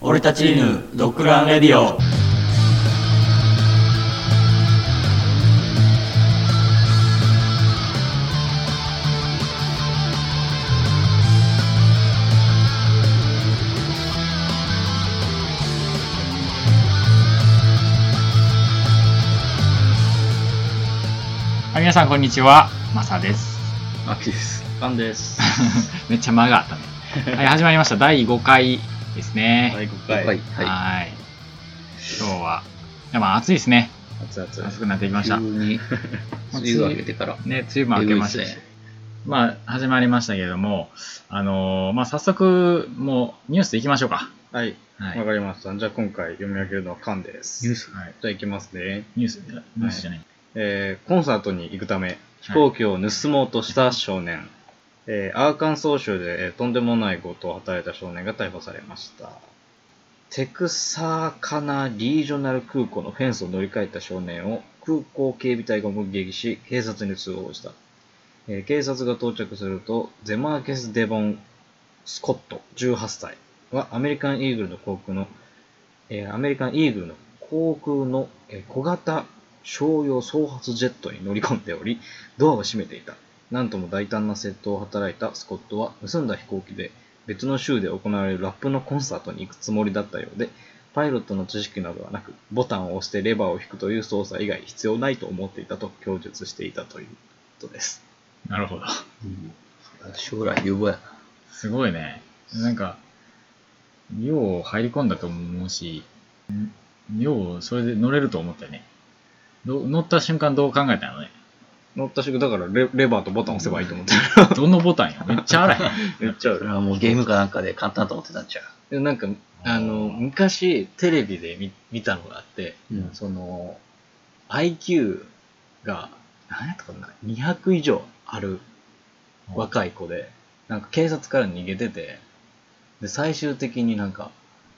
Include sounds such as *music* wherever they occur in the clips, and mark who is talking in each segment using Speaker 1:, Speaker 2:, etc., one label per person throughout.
Speaker 1: 俺たち犬ドッグランレディオ
Speaker 2: はい、皆さん、こんにちは。マサです。
Speaker 3: アキです。
Speaker 1: カンです
Speaker 2: めっちゃ間があったね。はい、始まりました。第5回ですね。
Speaker 1: 第5
Speaker 3: はい。
Speaker 1: 回
Speaker 3: はい。
Speaker 2: はい。今日は、いやまあ暑いですね。
Speaker 1: 熱々
Speaker 2: 暑くなってきました。
Speaker 3: 急
Speaker 2: ね、 *laughs*
Speaker 3: に、梅雨が明けてから。
Speaker 2: 梅雨も明けました
Speaker 3: えぐいっ
Speaker 2: し
Speaker 3: すね。
Speaker 2: まあ、始まりましたけれども、あのーまあ、早速、もう、ニュースでいきましょうか。
Speaker 1: はいわ、
Speaker 2: はい。
Speaker 1: かりましたじゃあ今回読み上げるのはカンです
Speaker 3: ニュー
Speaker 1: じ
Speaker 3: ス。
Speaker 2: はい、
Speaker 1: ゃあいきますね、
Speaker 2: ニュース、ニュースじゃない。
Speaker 1: えーコンサートに行くため飛行機を盗もうとした少年、えーアーカンソー州で、えーとんでもないことを働いた少年が逮捕されましたテクサカナリージョナル空港のフェンスを乗り換えた少年を空港警備隊が目撃し警察に通報した、えー警察が到着するとゼマーケス・デボン・スコット18歳はアメリカンイーグルの航空の、えーアメリカンイーグルの航空の、えー小型商用創発ジェットに乗り込んでおりドアを閉めていたなんとも大胆な窃盗を働いたスコットは盗んだ飛行機で別の州で行われるラップのコンサートに行くつもりだったようでパイロットの知識などはなくボタンを押してレバーを引くという操作以外必要ないと思っていたと供述していたということです
Speaker 2: なるほど。
Speaker 3: 将来有望や
Speaker 2: すごいね。なんか、よう入り込んだと思うし、んようそれで乗れると思ったよね。ど乗った瞬間どう考えた
Speaker 1: *laughs*
Speaker 2: のね。
Speaker 1: 乗った瞬間だからレレバーとボタンを押せばいいと思って
Speaker 2: どのボタンよめっちゃ荒い。
Speaker 1: るめっちゃあ
Speaker 3: な。そ
Speaker 1: る
Speaker 3: れはもうゲームかなんかで簡単と思ってたんちゃ
Speaker 1: でなんかあの昔テレビで見見たのがあって
Speaker 3: う。うん。
Speaker 1: その IQ が何やったかな200以上ある若い子でなんか警察から逃げててで最終的になんか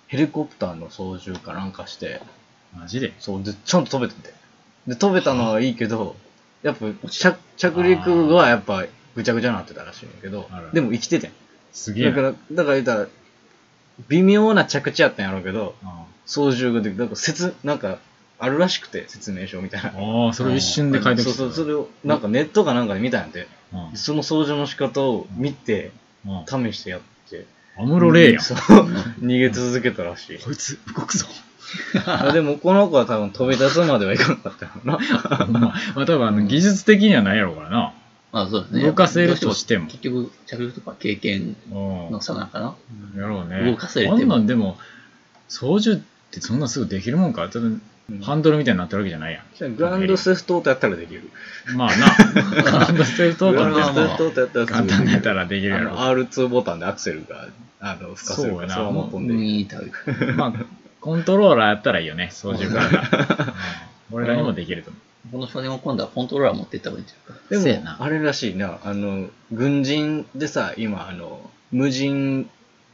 Speaker 1: ヘリコプターの操縦かなんかして
Speaker 2: マジで
Speaker 1: そうでちゃんと飛べててで飛べたのはいいけどやっぱ着着陸後はやっぱぐちゃぐちゃになってたらしいんやけど
Speaker 2: あら
Speaker 1: でも生きててん
Speaker 2: すげ
Speaker 1: だ
Speaker 2: えな。
Speaker 1: からだから言ったら微妙な着地やったんやろうけど操縦ができるなんか説なんかあるらしくて説明書みたいな
Speaker 2: うん *laughs* ああ、それを一瞬で書いて
Speaker 1: そうそうそれをなんかネットかなんかで見たんやて、
Speaker 2: うんうん
Speaker 1: その操縦の仕方を見て試してやって
Speaker 2: アムロレイやん。
Speaker 1: そう *laughs* 逃げ続けたら
Speaker 2: *laughs*
Speaker 1: しい
Speaker 2: こいつ動くぞ。
Speaker 1: あでもこの子は多分飛び出すまではいかなかったよな
Speaker 2: ほんままあ多分あの技術的にはないやろうからな。
Speaker 3: まあそうですね。
Speaker 2: 動かせるとしても
Speaker 3: 結局、着陸とか経験
Speaker 2: うん
Speaker 3: の差なんかな。
Speaker 2: やろうね。
Speaker 3: 動かせれても
Speaker 2: あんなんでも、操縦ってそんなすぐできるもんかただハンドルみたいになってるわけじゃないやん。
Speaker 1: グランドセフトオートやったらできる
Speaker 2: まあな、ランドセルト
Speaker 1: グ
Speaker 2: ー
Speaker 1: ラ
Speaker 2: タ
Speaker 1: ン
Speaker 2: ル
Speaker 1: ド
Speaker 2: で
Speaker 1: セフトオートやったら
Speaker 2: 簡単にやったらできるや
Speaker 1: あ
Speaker 2: ろ。
Speaker 1: の R2 ボタンでアクセルがあの孵化するから
Speaker 2: そう
Speaker 1: そ
Speaker 2: や
Speaker 1: の
Speaker 2: な
Speaker 1: まま飛んでいく
Speaker 3: いいタイプ。
Speaker 2: まあ、コントローラーやったらいいよね、操縦からが。うん俺らにもできると思
Speaker 3: この少年も今度はコントローラー持ってった方がいいんちゃうか。
Speaker 1: で
Speaker 2: そうや
Speaker 1: も
Speaker 2: な
Speaker 1: あれらしいなあの軍人でさ今あの無人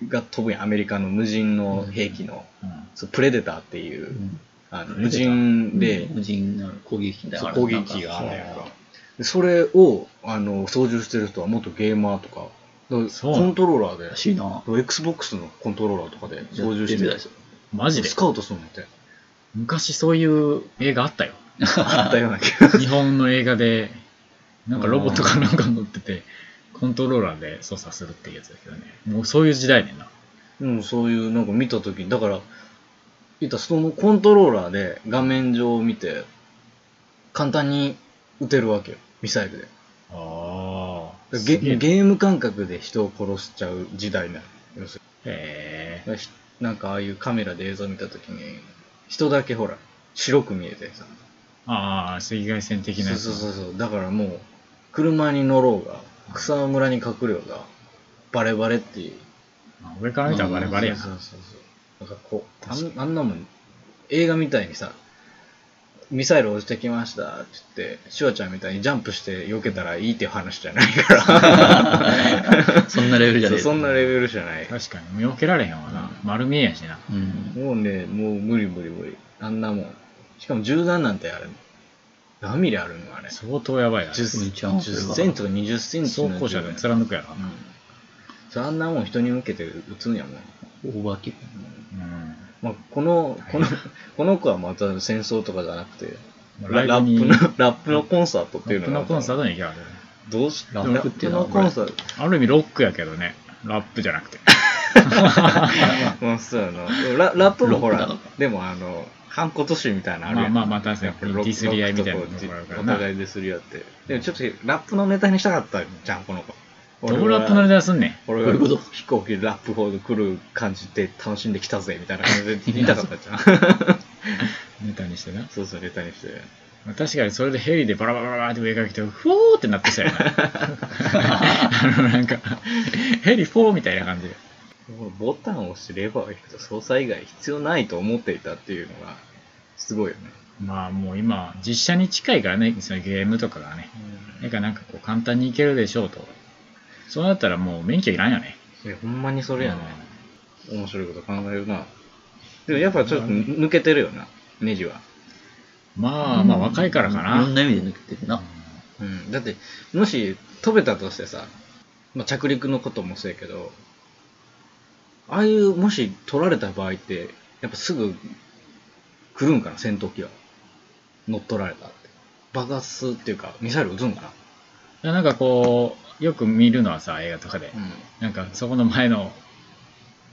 Speaker 1: が飛ぶやんアメリカの無人の兵器の、
Speaker 2: う。うん
Speaker 1: そうプレデターっていう、
Speaker 3: うん
Speaker 1: あの無人で、
Speaker 3: 無人の攻撃だ
Speaker 1: そ
Speaker 3: か
Speaker 1: う
Speaker 3: ら。
Speaker 1: 攻撃機があるやん
Speaker 3: そ
Speaker 1: かでそれをあの操縦してる人は元ゲーマーとかだから
Speaker 2: そう
Speaker 1: コントローラーで
Speaker 3: うらしいな。
Speaker 1: XBOX のコントローラーとかで操縦して
Speaker 3: やって
Speaker 1: る
Speaker 3: たでしょ
Speaker 2: マジで
Speaker 1: スカウトするのって
Speaker 2: 昔そういう映画あったよ。
Speaker 1: あったような気が
Speaker 2: 日本の映画で、なんかロボットかなんか乗ってて、コントローラーで操作するっていうやつだけどね。もうそういう時代ねんな。
Speaker 1: うんそういうなんか見た時にだから言ったらそのコントローラーで画面上を見て簡単に撃てるわけよミサイルで
Speaker 2: ああ。
Speaker 1: だ
Speaker 2: す
Speaker 1: から
Speaker 2: げ
Speaker 1: ゲ
Speaker 2: え
Speaker 1: ゲーム感覚で人を殺しちゃう時代なの要するに
Speaker 2: へえ。
Speaker 1: ひなんかああいうカメラで映像見たときに人だけほら白く見えてさ
Speaker 2: ああ、赤外線的な
Speaker 1: そう
Speaker 2: やつ。
Speaker 1: そうそうそうだからもう車に乗ろうが草むらに隠れようがバレバレっていう
Speaker 2: あ俺から見たらバレバレや
Speaker 1: そう
Speaker 2: な。
Speaker 1: そうそうなんかこうあんあんなもん映画みたいにさミサイル落ちてきましたって言ってシュワちゃんみたいにジャンプして避けたらいいっていう話じゃない
Speaker 2: *laughs*
Speaker 1: から
Speaker 3: そんなレベルじゃ
Speaker 1: そ
Speaker 3: な
Speaker 1: う
Speaker 3: い。
Speaker 1: そんなレベルじゃない
Speaker 2: 確かに、見分けられへんわな。丸見えやしな。
Speaker 3: うん。
Speaker 1: もうね、もう無理無理無理。あんなもん。しかも銃弾なんてあれ、何ミリあるのあれ。
Speaker 2: 相当やばいな。
Speaker 1: 10,
Speaker 3: めちゃ面白い
Speaker 1: 10センチとか20センチ
Speaker 2: 装
Speaker 1: の
Speaker 2: 甲車で
Speaker 1: 銃弾
Speaker 2: 貫くやろな。
Speaker 1: うん。それあんなもん人に向けて撃つんやもん。
Speaker 3: オーバーキル。
Speaker 2: うん
Speaker 1: まあ、この、この、 *laughs* この子はまた戦争とかじゃなくて、
Speaker 2: まあ
Speaker 1: ラ
Speaker 2: ライ
Speaker 1: ラ
Speaker 2: ブ
Speaker 1: ッ
Speaker 2: に
Speaker 1: プの、 *laughs* ラップのコンサートってい
Speaker 2: ラ
Speaker 1: う
Speaker 2: ッ
Speaker 1: の
Speaker 2: プ
Speaker 1: が
Speaker 2: のコンサートに行けばある。
Speaker 1: どうし
Speaker 3: ラ
Speaker 1: ラ
Speaker 3: ッ
Speaker 1: ッ
Speaker 3: プ
Speaker 1: プ
Speaker 3: っていうのは
Speaker 1: のコンサート
Speaker 2: ある意味ロックやけどね。ラップじゃなくて。
Speaker 1: まあそうやなでもララップもほ
Speaker 3: ロッ
Speaker 1: ら
Speaker 3: クなのか
Speaker 1: でもあの反骨都市みたいなのあるやん
Speaker 2: まあまあまあ確かに
Speaker 1: やっぱロック
Speaker 2: ディスり合いみたいな
Speaker 1: ロックとこ
Speaker 2: ところあるから
Speaker 1: う
Speaker 2: な
Speaker 1: お互いディスり合ってでもちょっとラップのネタにしたかったじゃんこの子
Speaker 2: どこラップのネタすんねん。
Speaker 1: 俺
Speaker 3: どういうこと
Speaker 1: は飛行機でラップホール来る感じで楽しんできたぜみたいな感
Speaker 2: *laughs*
Speaker 1: じで言いたかったじゃん
Speaker 2: ネタにしてな。
Speaker 1: そうそうネタにして
Speaker 2: まあ確かにそれでヘリでバラバラバラって上から来て、フォーってなって
Speaker 1: *laughs*
Speaker 2: そうやな。あのなんか、ヘリフォーみたいな感じで。
Speaker 1: ボタンを押してレバーを引くと操作以外必要ないと思っていたっていうのがすごいよね、
Speaker 2: まあもう今、実写に近いからね、そのゲームとかがね。だからなんかこう簡単にいけるでしょうと。そうなったらもう免許いらんよね。
Speaker 1: いやほんまにそれやね、面白いこと考えるなでもやっぱちょっと抜けてるよなネジは、
Speaker 2: まあまあ若いからか
Speaker 3: い
Speaker 2: な。
Speaker 3: ろんな意味で抜けてるな。
Speaker 1: うん、だってもし飛べたとしてさ、まあ、着陸のこともそうやけどああいうもし取られた場合ってやっぱすぐ来るんかな戦闘機は乗っ取られたって爆発するっていうかミサイル撃つんかな、
Speaker 2: だからなんかこう、よく見るのはさ、映画とかで、なんかそこの前の、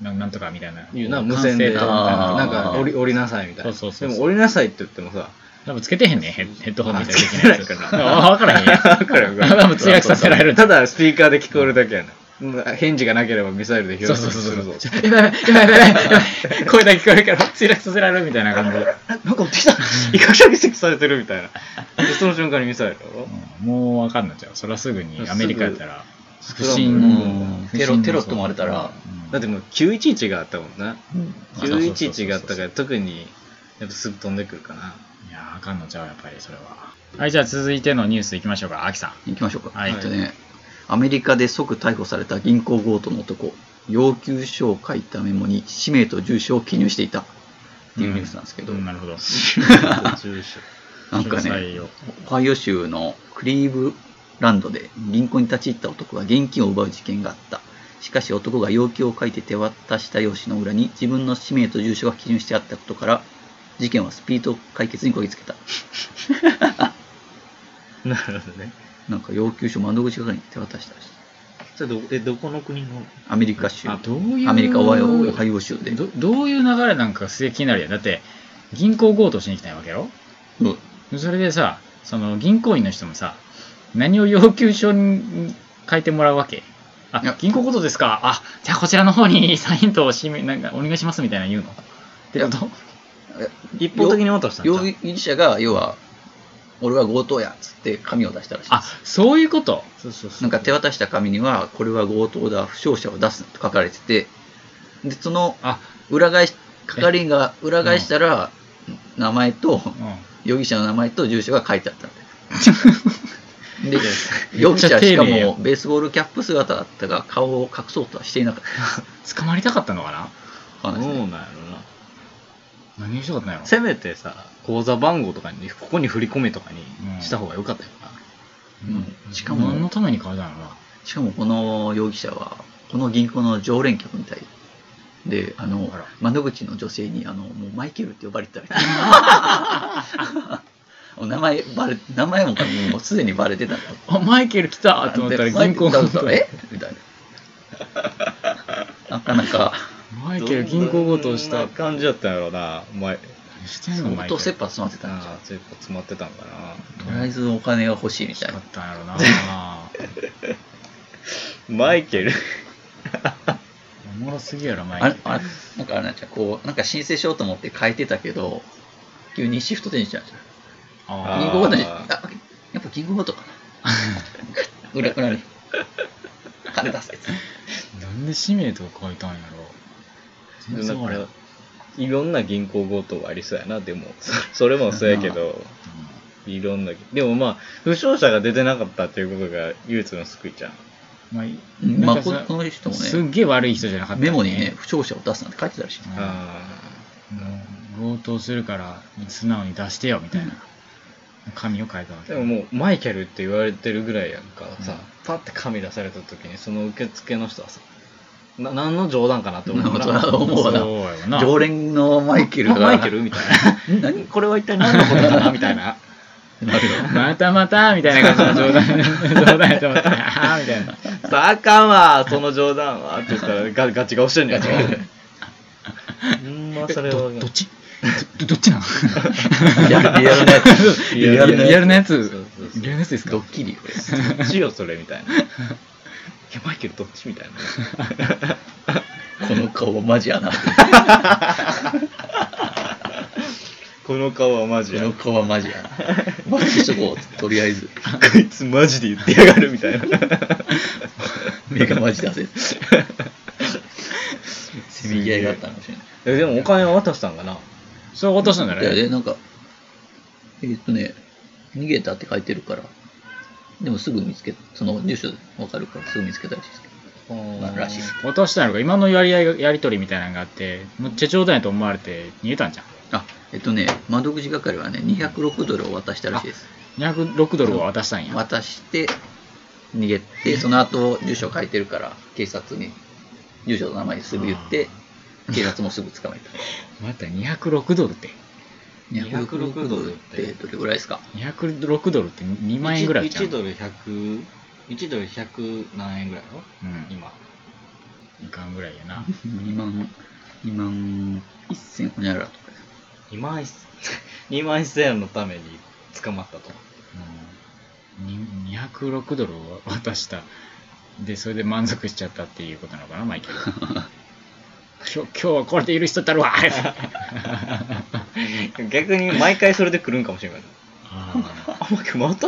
Speaker 2: なんなんとかみたいな。
Speaker 1: いうな
Speaker 2: こう
Speaker 1: 無線で
Speaker 2: 管制塔みたいな
Speaker 3: あー
Speaker 1: なんか降り降りなさいみたいな
Speaker 2: そうそうそうそう
Speaker 1: でも降りなさいって言ってもさ
Speaker 2: 多分つけてへんねんヘッヘッドホンみたいな
Speaker 1: あ
Speaker 2: できないや
Speaker 1: つけてない
Speaker 2: つ。
Speaker 1: か
Speaker 2: あわからへん
Speaker 1: *laughs*
Speaker 2: やん。
Speaker 1: わか
Speaker 2: *laughs*
Speaker 1: るわかる
Speaker 2: 多分通訳させられる
Speaker 1: ただスピーカーで聞こえるだけやな返事がなければミサイルで
Speaker 2: そ
Speaker 1: 表
Speaker 2: うそ
Speaker 1: 示
Speaker 2: うそう
Speaker 1: す
Speaker 2: そ
Speaker 1: る
Speaker 2: う
Speaker 1: ぞ。
Speaker 2: やばいやばいやばいやばいやばい声だけ聞こえるから、墜落させられるみたいな感じで。
Speaker 1: あなんか落
Speaker 2: *laughs*
Speaker 1: ちたイカ射撃されてるみたいなでその瞬間にミサイルだろ
Speaker 2: うんもうわかんなっちゃう。それはすぐにアメリカやったら、不
Speaker 1: う
Speaker 2: 審
Speaker 3: ん
Speaker 2: 不審
Speaker 3: テロテロと思われたら
Speaker 2: うん
Speaker 1: だってもう911があったもんな
Speaker 3: うん
Speaker 2: そうそうそうそう
Speaker 1: 911があったから特にやっぱすぐ飛んでくるかない
Speaker 2: やーあかんのちゃうやっぱりそれははいじゃあ続いてのニュースいきましょうかアキさん
Speaker 3: 行きましょうか。
Speaker 2: はい
Speaker 3: えっとね、アメリカで即逮捕された銀行強盗の男、要求書を書いたメモに氏名と住所を記入していたっていうニュースなんですけど、
Speaker 2: うんなるほ
Speaker 3: *laughs*
Speaker 2: ど
Speaker 1: 住所
Speaker 3: なんか
Speaker 2: 詳細
Speaker 3: ね、
Speaker 2: を
Speaker 3: オハイオ州のクリーブランドで銀行に立ち入った男が現金を奪う事件があった。しかし男が要求を書いて手渡した用紙の裏に自分の氏名と住所が記入してあったことから、事件はスピード解決にこぎつけ
Speaker 2: *laughs*
Speaker 3: た。
Speaker 1: なるほどね
Speaker 3: なんか要求書を窓口係に手渡したらしい。
Speaker 1: それどえどこの国の
Speaker 3: アメリカ州、
Speaker 2: あどういう
Speaker 3: アメリカオハイオオハイオ州で。
Speaker 2: どどういう流れなんかすげえ気になるやんだって銀行強盗しに来たいわけよ
Speaker 3: うん
Speaker 2: それでさその銀行員の人もさ何を要求書に書いてもらうわけ
Speaker 3: い
Speaker 2: あ
Speaker 3: や
Speaker 2: 銀行強盗ですかあじゃあこちらの方に *laughs* サインと氏名なんかお願いしますみたいなの言うのってこと
Speaker 1: 一方的に渡したんちゃう
Speaker 3: 容疑者が要は俺は強盗やっつって紙を出したらしいで
Speaker 2: あそういうこと
Speaker 1: そうそうそ
Speaker 3: すなんか手渡した紙にはこれは強盗だ負傷者を出すと書かれててでその
Speaker 2: あ
Speaker 3: 裏返し係員が裏返したら名前と
Speaker 2: うん
Speaker 3: 容疑者の名前と住所が書いてあったんだよで容疑者はしか
Speaker 2: めっちゃ丁寧や
Speaker 3: もベースボールキャップ姿だったが顔を隠そうとはしていなかった
Speaker 2: 捕まりたかったのかな
Speaker 3: わ
Speaker 1: ど
Speaker 3: かんないです
Speaker 1: *laughs*
Speaker 3: ね
Speaker 1: うなんやろな
Speaker 2: 何をしたかったんやろ
Speaker 1: せめてさ口座番号とかにここに振り込めとかにした方が良かったよな、
Speaker 3: うんしか
Speaker 2: 何の
Speaker 3: も
Speaker 2: ために買うだろうな
Speaker 3: しかもこの容疑者はこの銀行の常連客みたいであの
Speaker 2: あら
Speaker 3: 窓口の女性にあのもうマイケルって呼ばれてたみたい
Speaker 2: *laughs*
Speaker 3: お名前バレ名前ももうすでにバレてたと
Speaker 2: あマイケル来たと思ったら銀行強盗
Speaker 3: とえみたいななかなか
Speaker 2: マイケル銀行強盗し
Speaker 1: どん
Speaker 2: た
Speaker 1: な感じだったんやろうなお前
Speaker 2: 何してんのマ
Speaker 3: 相
Speaker 2: イケ
Speaker 3: 当
Speaker 2: ル
Speaker 3: 切羽詰まってたんじゃ
Speaker 1: ああ全部詰まってたんか
Speaker 3: んとりあえずお金が欲しいみたい
Speaker 2: 買
Speaker 3: な
Speaker 2: ったんやろな
Speaker 1: なマイケル
Speaker 2: おもろすぎやろマイケ
Speaker 3: あ
Speaker 2: ル
Speaker 3: あなんかあれなんちゃうこうなんか申請しようと思って変えてたけど急にシフトチェンジしたんじゃう
Speaker 1: あー
Speaker 3: 銀行ごとに、あ、やっぱ銀行ごとかな。裏裏に。金出せっつって。
Speaker 2: なんで氏名とか書いたんやろ全然あれ
Speaker 1: なんかいろんな銀行強盗がありそうやなでも *laughs* そそれもそうやけどいろんなでもまあ負傷者が出てなかったっていうことが唯一の救いちゃん
Speaker 2: まあ
Speaker 3: うん
Speaker 2: な
Speaker 3: ま
Speaker 2: ん
Speaker 3: あ、
Speaker 2: か
Speaker 3: こ
Speaker 2: そ
Speaker 3: この人も
Speaker 2: す
Speaker 3: ね、
Speaker 2: っげえ悪い人じゃなかった
Speaker 3: メモにね、負傷者を出すなんて書いてたらしい。
Speaker 2: うん
Speaker 1: あ
Speaker 2: もう強盗するから素直に出してよみたいな紙を書いたわ
Speaker 1: ー
Speaker 2: け
Speaker 1: でももうマイケルって言われてるぐらいやんかさ、
Speaker 2: うん
Speaker 1: パッて紙出された時にその受付の人はさな何の冗談かなって思うから
Speaker 3: なるほど思うわな
Speaker 2: そうやわな。
Speaker 3: 常連のマイケル
Speaker 1: な
Speaker 3: が。
Speaker 1: マイケルみたい
Speaker 3: ん何これは一体
Speaker 1: な
Speaker 3: 何の
Speaker 1: *laughs* 何の
Speaker 3: こか
Speaker 1: こととか
Speaker 3: な
Speaker 1: な
Speaker 3: み
Speaker 1: み
Speaker 3: た
Speaker 1: た
Speaker 3: い
Speaker 1: い
Speaker 3: な。
Speaker 1: な
Speaker 3: なる
Speaker 2: またまたみたいな感じの冗談、冗談や *laughs* と思って、ああ、みたいな。
Speaker 1: さああかんわその冗談はって言ったらガガチ顔してんねや *laughs* ろうんまあそれは
Speaker 2: どどっちどどっちなん
Speaker 3: ほど。リアルリアルなやつ。
Speaker 2: リアルなやつ。リアルなやつ
Speaker 1: そうそうそう
Speaker 2: ですか
Speaker 3: ドッキリよこれ
Speaker 1: どっちよそれみたいないやマイケルどっちみたいな
Speaker 3: この顔マジやな。こ
Speaker 1: この顔はマジや
Speaker 3: の顔はマジやな。マジしとこう。とりあえず。
Speaker 1: こいつマジで言ってやがるみたいな
Speaker 3: 目がマジ
Speaker 1: *laughs*
Speaker 3: だぜ。せめぎ合いがあったのかもしれない。
Speaker 1: えでもお金は渡したんかな
Speaker 2: それ落としたんだ
Speaker 3: いや
Speaker 2: ね。
Speaker 3: でなんかえーっとね逃げたって書いてるからでもすぐ見つけその住所わかるからすぐ見つけたらしいですけど、まあ、らしいです
Speaker 2: 落としたのか、今のやり合いがやりとりみたいなのがあって、むっちゃ冗談やと思われて逃げたんじゃん。
Speaker 3: あえっとね窓口係はね206ドルを渡したらしいです
Speaker 2: 206ドルを渡したんや。
Speaker 3: 渡して逃げてその後住所書いてるから警察に住所と名前すぐ言って警察もすぐ捕まえた *laughs*
Speaker 2: また206ドルって。
Speaker 3: 206ドルっ
Speaker 1: ドル
Speaker 3: てどれぐらいですか
Speaker 2: 206ドルって2万円ぐらいじゃん。
Speaker 1: 1ドル100 1ドル100何円ぐらいの
Speaker 2: うん。
Speaker 1: 今
Speaker 2: いかんぐらいやな。
Speaker 3: 2万2万1000ほにゃららとかです
Speaker 1: 2万1000 *laughs* 2万1000円のために捕まったと
Speaker 2: うんに206ドルを渡したでそれで満足しちゃったっていうことなのかなマイケル今日今日はこれで許しとったるわ
Speaker 1: 逆に毎回それで来るんかもしれない
Speaker 2: あ
Speaker 1: あままた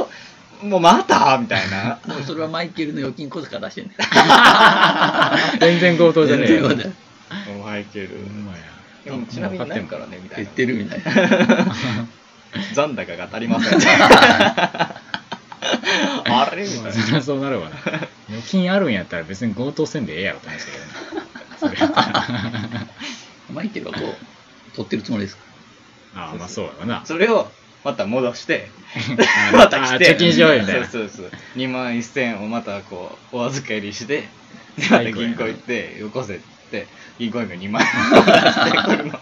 Speaker 1: もうまたみたいな
Speaker 3: もうそれはマイケルの預金小遣い出してんね
Speaker 2: ー全然強盗じゃねえよ
Speaker 3: 全然
Speaker 1: マイケル
Speaker 2: ほんまや
Speaker 1: でもちなみにないからねみたい
Speaker 3: 言っ
Speaker 1: な
Speaker 3: てるみたいな。
Speaker 1: 残高が足りませんあれみたい
Speaker 2: ま
Speaker 1: な
Speaker 2: あそりゃそうなるわな預金あるんやったら別に強盗せんでええやろって話だけどなそれやったら
Speaker 3: マイケルはこう、取ってるつもりですか
Speaker 2: ああまあそうやわな
Speaker 1: それをまた戻して
Speaker 2: *laughs*
Speaker 1: また来
Speaker 2: あ
Speaker 1: て
Speaker 2: 貯金しようよみたいな
Speaker 1: そうそうそう2万1000円をまたこうお預かりしてでまた
Speaker 2: 最高や
Speaker 1: 銀
Speaker 2: な
Speaker 1: 行行ってよこせって銀行員が2万円でこ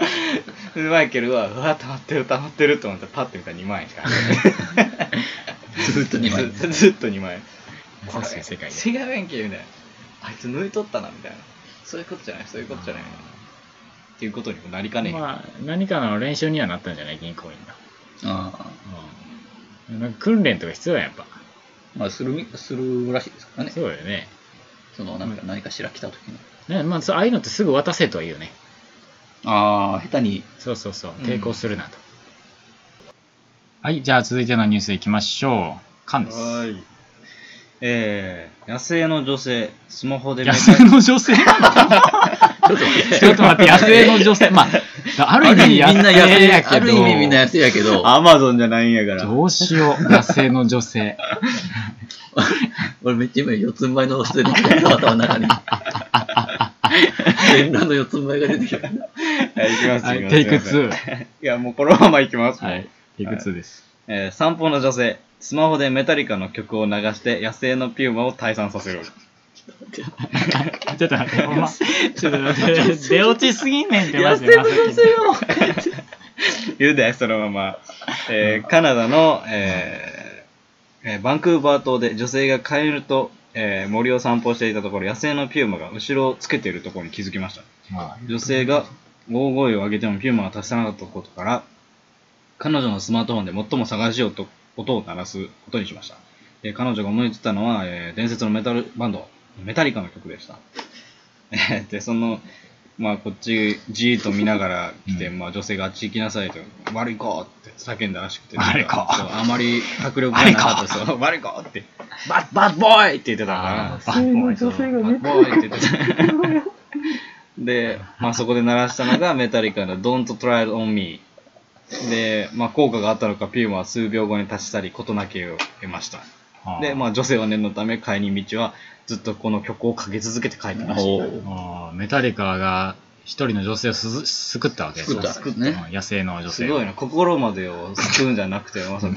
Speaker 1: れもマイケルはうわ溜まってる溜まってると思ってパッて見たら2万円しか入って
Speaker 3: ずっと2
Speaker 1: な
Speaker 3: 枚
Speaker 1: い。ずずっと2万円
Speaker 2: 優しい世界で
Speaker 1: 違うやんけみたいなあいつ抜いとったなみたいなそういうことじゃないそういうことじゃないみたいなっていうことにもなりかねえ、
Speaker 2: まあ何かの練習にはなったんじゃない銀行員が
Speaker 3: あ
Speaker 2: うんなんか訓練とか必要やんやっぱ
Speaker 3: あ。まあ、するみ、するらしいですからね。
Speaker 2: そうよね
Speaker 3: その、なんか何かしら来た時の。
Speaker 2: ね、まあ、そうああいうのってすぐ渡せとは言うね
Speaker 3: ああ、下手に。
Speaker 2: そうそうそう
Speaker 1: うん
Speaker 2: 抵抗するなと、はいじゃあ続いてのニュースいきましょうカンです
Speaker 1: はーい。えー、野生の女性、スマホで
Speaker 2: 野
Speaker 1: め
Speaker 2: 生の女性ち
Speaker 3: ち
Speaker 2: *laughs*
Speaker 3: ょっと待っ
Speaker 2: ょっと待って野生の女性まあある意味
Speaker 3: ある意味みん
Speaker 2: 野
Speaker 3: な痩
Speaker 2: 生
Speaker 3: せあ
Speaker 2: やけど
Speaker 3: る意味みんな痩せやけど、
Speaker 1: アマゾンじゃないんやから。
Speaker 2: どうしよう野生の女性
Speaker 3: 俺めっちゃ今四つん這いの人出てきた頭の中に。全裸の四つん這いが出てきた。
Speaker 1: *laughs* はい、行きます。
Speaker 2: は
Speaker 1: 行き
Speaker 2: い
Speaker 1: ます
Speaker 2: テイク。
Speaker 1: 行き
Speaker 2: 2
Speaker 1: ますいや、もうこのまま行きます。
Speaker 2: はいテイク2です、
Speaker 1: えー、散歩の女性、スマホでメタリカの曲を流して野生のピューマを退散させる。
Speaker 2: ちょっと待って、ほんま、ちょっと待って、出落ちすぎんねんって、マ
Speaker 3: 痩
Speaker 2: ジ
Speaker 3: せ
Speaker 2: で。
Speaker 3: の女性は
Speaker 1: 言うで、そのまま。えー、カナダの、えーえーバンクーバー島で女性がカエルと、えー森を散歩していたところ、野生のピューマが後ろをつけているところに気づきました。
Speaker 2: ま
Speaker 1: 女性が大声を上げてもピューマが達さなかったことから彼女のスマートフォンで最も探しようと音を鳴らすことにしましたえー彼女が思いついたのは、えー伝説のメタルバンドメタリカの曲でした *laughs* えーでそのまあこっちじーっと見ながら来て、
Speaker 2: うん
Speaker 1: まあ、女性があっち行きなさいと「悪い子!」って叫んだらしくて
Speaker 2: 悪い子
Speaker 1: なんそうあまり迫力がなかったそう「 *laughs* 悪い子!」って「バッバッボーイ!」って言ってたから
Speaker 2: あー
Speaker 1: バッボーイそうバッボーイって言ってたで、まあ、そこで鳴らしたのがメタリカの Don't Try It On Me で、まあ、効果があったのかピューマは数秒後に立ち去り事なきを得ました
Speaker 2: あ
Speaker 1: で、まあ、女性は念のため帰り道はずっとこの曲をかけ続けて帰ってました
Speaker 2: あーメタリカが一人の女性をすず救ったわけです
Speaker 3: 作
Speaker 2: よ
Speaker 3: ったんですね。
Speaker 2: 野生の女性
Speaker 1: すごいな心までを救うんじゃなくてまさか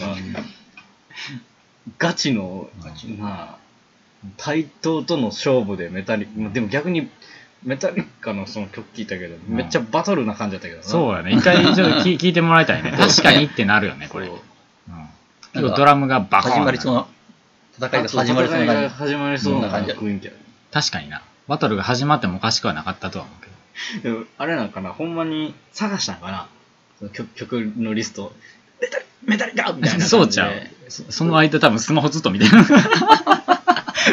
Speaker 1: ガチの
Speaker 2: ガチ
Speaker 1: まあ対等との勝負でメタリでも逆にメタリカのその曲聞いたけど、めっちゃバトルな感じだったけどな。
Speaker 2: そうやね。一回ちょっと
Speaker 3: *laughs*
Speaker 2: 聞聞いてもらいたいね。確かにってなるよね、これ。。
Speaker 1: そううん
Speaker 2: 結構ドラムがバコーン。
Speaker 3: 始まりそうな、戦いが始まりそうな
Speaker 1: 戦いが
Speaker 3: 感
Speaker 1: 始まりそうな
Speaker 3: そんな感じだ
Speaker 1: 雰囲気やね
Speaker 2: 確かにな。バトルが始まってもおかしくはなかったとは思うけど。
Speaker 1: でもあれなんかな、ほんまに探したんかな。その曲曲のリスト。メタリメタリカみたいな感じで。
Speaker 2: そうちゃう。そその間多分スマホずっと見てる。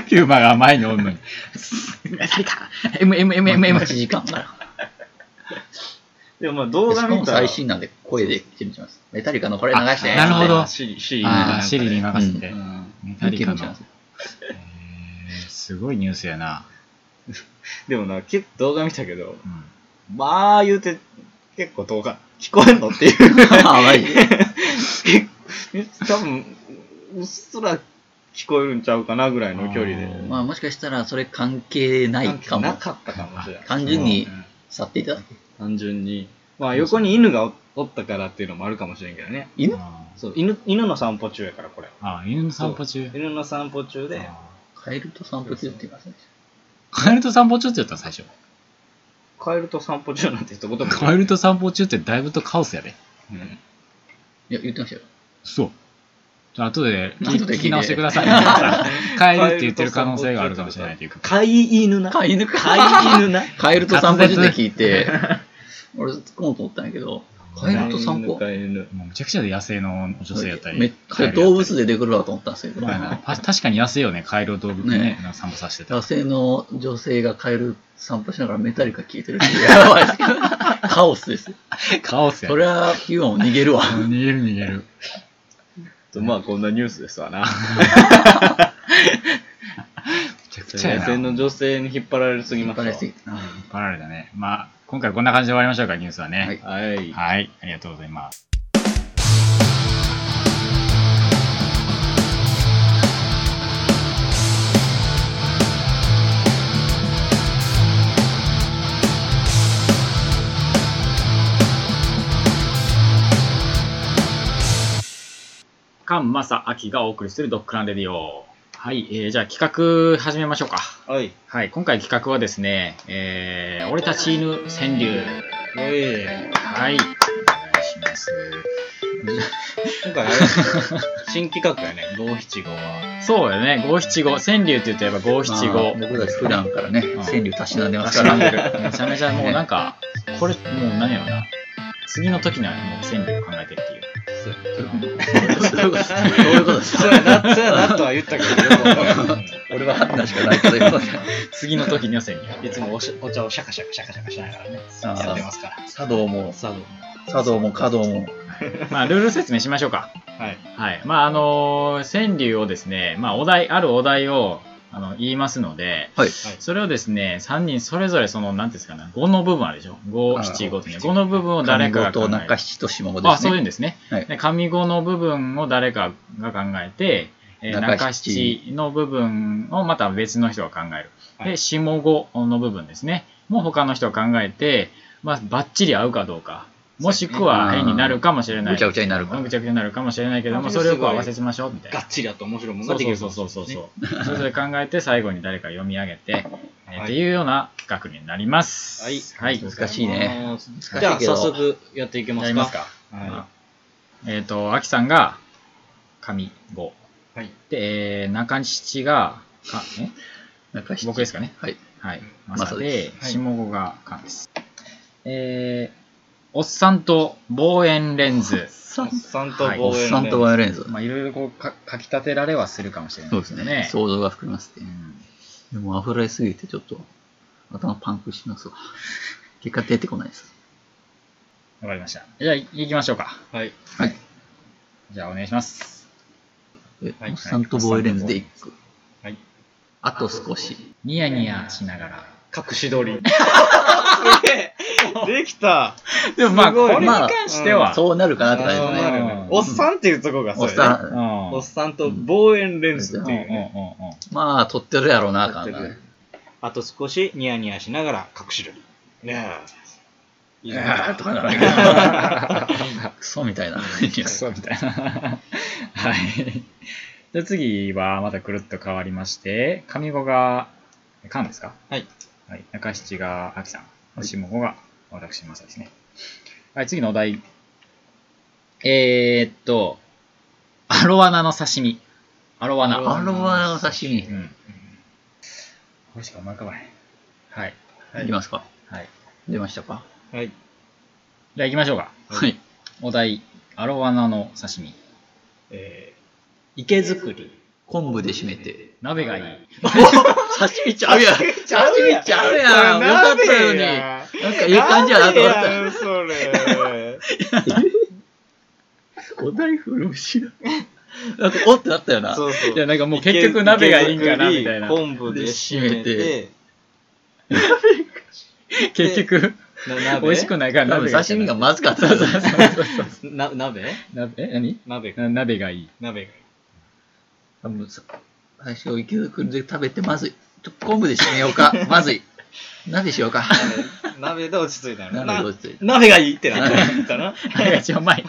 Speaker 2: ピューマが前におんのに。メタリカ !MMMMM!
Speaker 3: じ。待ち時間から。
Speaker 1: でもまあ動
Speaker 3: でし
Speaker 1: 画
Speaker 3: かも
Speaker 1: 見たら。
Speaker 3: 最新なんで声で聞いてみます。メタリカのこれ流して。
Speaker 2: あなるほど
Speaker 1: シリ、シリ
Speaker 2: ああ、シリに任せて。
Speaker 3: う
Speaker 2: へ
Speaker 1: うん
Speaker 2: メタリカの
Speaker 3: いけるんちゃう
Speaker 2: ーすごいニュースやな。
Speaker 1: でもな、結構動画見たけど、
Speaker 2: うん
Speaker 1: まあ言うて、結構動画、聞こえんのっていう。 *laughs*
Speaker 3: あ、マジで。
Speaker 1: 結構多分、うっすら聞こえるんちゃうかなぐらいの距離で。
Speaker 2: あ
Speaker 3: *laughs* まあもしかしたらそれ関係ないかも
Speaker 1: な。かったかもしれない。
Speaker 3: 単純に
Speaker 1: うん
Speaker 3: 去っていただけ。
Speaker 1: 単純に。まあ横に犬がおおったからっていうのもあるかもしれんけどね。
Speaker 3: 犬
Speaker 2: あ
Speaker 1: そう、犬、犬の散歩中やから、これ。
Speaker 2: あ、犬の散歩中。
Speaker 1: 犬の散歩中で、
Speaker 2: あ
Speaker 3: カエルと散歩中って言いますね。
Speaker 2: カエルと散歩中って言ったの最初。
Speaker 1: カエルと散歩中なんて一言も。
Speaker 2: *laughs* カエルと散歩中ってだいぶとカオスやで。
Speaker 1: うん
Speaker 3: いや、言ってましたよ。
Speaker 2: そう。じゃあ後で聞
Speaker 3: 後で聞いて
Speaker 2: 聞き直してくださ
Speaker 3: *laughs*
Speaker 2: い。カエルって言ってる可能性があるかもしれないというか。
Speaker 1: 飼い犬な。
Speaker 3: 飼い犬
Speaker 1: 飼
Speaker 3: か。
Speaker 1: い犬な。
Speaker 3: カエルと散歩中って聞いて、俺突っ込もうと思ったんやけど、カエルと散歩
Speaker 1: *laughs* 飼い犬。
Speaker 2: もうむちゃくちゃで野生の女性やったり。
Speaker 3: めっちゃ動物で出てくるわと思ったんですけど、
Speaker 2: はいはい *laughs* た確かに野生よね、カエルを動物に
Speaker 3: ね
Speaker 2: ね、なんか散歩させてた
Speaker 3: 女。性の女性がカエル散歩しながらメタリカ聞いてるって *laughs* やばいですけど、カオスです。
Speaker 2: カオスや
Speaker 3: そ
Speaker 2: ね
Speaker 3: りゃ、ピュアも逃げるわ。
Speaker 2: うん逃げる逃げる。
Speaker 1: まあこんなニュースですわな。
Speaker 2: めちゃくちゃや
Speaker 1: 野
Speaker 2: な。
Speaker 1: 生の女性に引っ張られすぎ
Speaker 3: 引
Speaker 1: ま
Speaker 3: っ張られす
Speaker 1: し
Speaker 3: ぎたな。
Speaker 2: 引っ張られたね。まあ、今回こんな感じで終わりましょうか、ニュースはね。
Speaker 3: は
Speaker 1: た。はい。
Speaker 2: はい、ありがとうございます。菅正明がお送りするドッグランレディオ。はい、えーじゃあ企画始めましょうか。
Speaker 1: はい。
Speaker 2: はい、今回企画はですね、えー俺たち犬川柳。
Speaker 1: え
Speaker 2: はい。お願いします。
Speaker 1: ー今回あれ、新企画やね、五七五は。
Speaker 2: そうだね。五七五。川柳って言うとやっぱ五七
Speaker 3: まあ
Speaker 2: 五。
Speaker 3: 僕たち普段からね、
Speaker 2: ん
Speaker 3: 川柳たしなんでます
Speaker 2: 確
Speaker 3: か。
Speaker 2: からにめちゃめちゃもうな
Speaker 3: *laughs*
Speaker 2: んか、これもう何やろな。次の時にはもう川柳を考えてるっていう。
Speaker 3: そういうことですそういうことです
Speaker 1: そうやな、そうやなとは言ったけど、よくわからん
Speaker 3: 俺は判断しか *laughs* ないから言うことで
Speaker 2: 次の時には川柳。
Speaker 1: いつもおしお茶をシャカシャカシャカシャカしながらね、
Speaker 3: あー
Speaker 1: やってますから。
Speaker 3: 茶道も、
Speaker 1: サブ。
Speaker 3: 茶道も、華道も。
Speaker 2: まあ、ルール説明しましょうか。
Speaker 1: はい。
Speaker 2: はい。まあ、あのー川柳をですね、まあ、お題、あるお題を、あの、言いますので、
Speaker 3: はい。
Speaker 2: それをですね、3人それぞれその、なんていうんですかね、5の部分あるでしょ。5、7、5ってね。5の部分を誰かが考
Speaker 3: と
Speaker 2: え
Speaker 3: 中
Speaker 2: る。
Speaker 3: 七と下五ですね。
Speaker 2: あ、そういうんですね。
Speaker 3: はい
Speaker 2: で上五の部分を誰かが考えて、えー
Speaker 3: 中
Speaker 2: 中
Speaker 3: 七
Speaker 2: 七の部分をまた別の人が考える。
Speaker 1: は
Speaker 2: で、
Speaker 1: い
Speaker 2: 下五の部分ですね。も他の人が考えて、まあ、バッチリ合うかどうか。もしく
Speaker 3: そ
Speaker 2: は
Speaker 3: うですね
Speaker 2: 変になるかもしれない。
Speaker 3: ぐちゃぐちゃになるから
Speaker 2: ぐちゃぐちゃになるかもしれないけども、
Speaker 1: あ
Speaker 2: それをこう合わせしましょうみたい
Speaker 1: が
Speaker 2: な
Speaker 1: っ。ちりやと面白いもん
Speaker 2: そ
Speaker 1: が
Speaker 2: う
Speaker 1: でき
Speaker 2: そう
Speaker 1: る。
Speaker 2: そうそうそう。それぞれ考えて、最後に誰か読み上げて、えー
Speaker 1: はい
Speaker 2: っていうような企画になります。
Speaker 1: はい
Speaker 2: はい。
Speaker 3: 難しいね。
Speaker 1: じゃあ、
Speaker 3: けど
Speaker 1: 早速やっていきま
Speaker 2: や
Speaker 1: す
Speaker 2: り
Speaker 1: か。
Speaker 2: ますか。
Speaker 1: は
Speaker 2: えっ、と、アキさんが上5。
Speaker 1: い。はい。
Speaker 2: で、えー中七が、かえ
Speaker 3: 中七。
Speaker 2: 僕ですかね。
Speaker 3: はい。
Speaker 2: はい。
Speaker 3: マ
Speaker 2: マ
Speaker 3: サ
Speaker 2: サ
Speaker 3: で
Speaker 2: で、
Speaker 1: はい
Speaker 2: 下五がかです。えー、おっさんと望遠レンズ。
Speaker 1: おっさんと
Speaker 2: はい
Speaker 1: 防
Speaker 3: おっ
Speaker 1: 衛
Speaker 3: さんとワイオレンズ。
Speaker 2: まあ、いろいろこうか、かき立てられはするかもしれない
Speaker 3: そうで
Speaker 2: で
Speaker 3: すす
Speaker 2: よね。
Speaker 3: ね。想像が膨らます
Speaker 2: う
Speaker 3: ね。
Speaker 2: ん
Speaker 3: でも、あふれすぎてちょっと、頭パンクし
Speaker 1: *laughs*
Speaker 3: ますわ。結果出てこないです。
Speaker 2: わかりました。じゃあ、い行きましょうか。
Speaker 1: はい。
Speaker 3: はい。
Speaker 2: じゃあ、お願いします。
Speaker 3: え
Speaker 1: はい
Speaker 3: おっさんとボーイレンズでいく。
Speaker 1: はい。
Speaker 3: あと少し。
Speaker 2: ニヤニヤしながら。
Speaker 1: 隠し撮り。できた。
Speaker 2: でもまあ、
Speaker 1: すご
Speaker 2: こ
Speaker 1: い
Speaker 2: れに関しては、
Speaker 3: そうなるかなって感じです
Speaker 1: あーな
Speaker 3: ね。
Speaker 1: るほどおっさんっていうとこが
Speaker 3: お
Speaker 1: そ
Speaker 3: っ
Speaker 1: うやね。
Speaker 3: さん。
Speaker 2: うん
Speaker 1: おっさんと望遠レンズっていう
Speaker 2: うん
Speaker 1: ね。
Speaker 2: うんうんうん
Speaker 3: まあ、撮ってるやろうな、感じ。
Speaker 1: あと少しニヤニヤしながら隠し撮り。ねえ。いい
Speaker 3: あ
Speaker 1: な
Speaker 3: ーとかならんけど *laughs* クソみたいな。
Speaker 2: クソみたいな。 *laughs* はい。じゃあ次はまたくるっと変わりまして、上語が、かんですか
Speaker 1: はい。
Speaker 2: はい、中七が秋さん、下五が私、まさですね。はい、次のお題。えー、っと、アロワナの刺身。アロワナ。
Speaker 3: アロワナの刺身
Speaker 2: うん。これしか思い浮かばない。はい。
Speaker 1: はい
Speaker 3: いきますか
Speaker 2: はい。
Speaker 3: 出ましたか
Speaker 1: はい。
Speaker 2: じゃあ行きましょうか。
Speaker 3: はい
Speaker 2: お題、アロワナの刺身。
Speaker 1: えー、池作り。
Speaker 3: 昆布で締めて
Speaker 2: 鍋がいい。
Speaker 3: 刺身ちゃうやん刺身ちゃうやん
Speaker 1: これ
Speaker 3: よかったのに
Speaker 1: 鍋
Speaker 3: な
Speaker 1: や
Speaker 3: んかいい感じやなと思っ
Speaker 1: 鍋やん
Speaker 3: *laughs*
Speaker 1: それ。
Speaker 3: たお題風呂しななんかおってなったよな
Speaker 1: そうそう。
Speaker 2: いや、なんかもう結局鍋がいいんか
Speaker 1: 池
Speaker 2: な、
Speaker 1: 作り
Speaker 2: みたいな。
Speaker 1: 昆布で締めて、
Speaker 2: 結局、
Speaker 1: な鍋
Speaker 2: 美味しくないから
Speaker 3: 多
Speaker 2: 鍋
Speaker 3: 分
Speaker 2: がいい。
Speaker 3: 刺身がまずかった
Speaker 1: な鍋
Speaker 2: 鍋え、何
Speaker 1: 鍋か。
Speaker 2: な鍋が *laughs* いい。
Speaker 1: 鍋が。
Speaker 3: 多分さ最初池作りで食べてまずいちょ昆布で締めよう
Speaker 2: *laughs*
Speaker 3: かまずい鍋しようか
Speaker 1: 鍋で落ち着いたよね
Speaker 3: 鍋で落ち着いた
Speaker 1: な鍋がいいってなった
Speaker 2: *laughs*
Speaker 1: な。
Speaker 2: あれが一番うまい。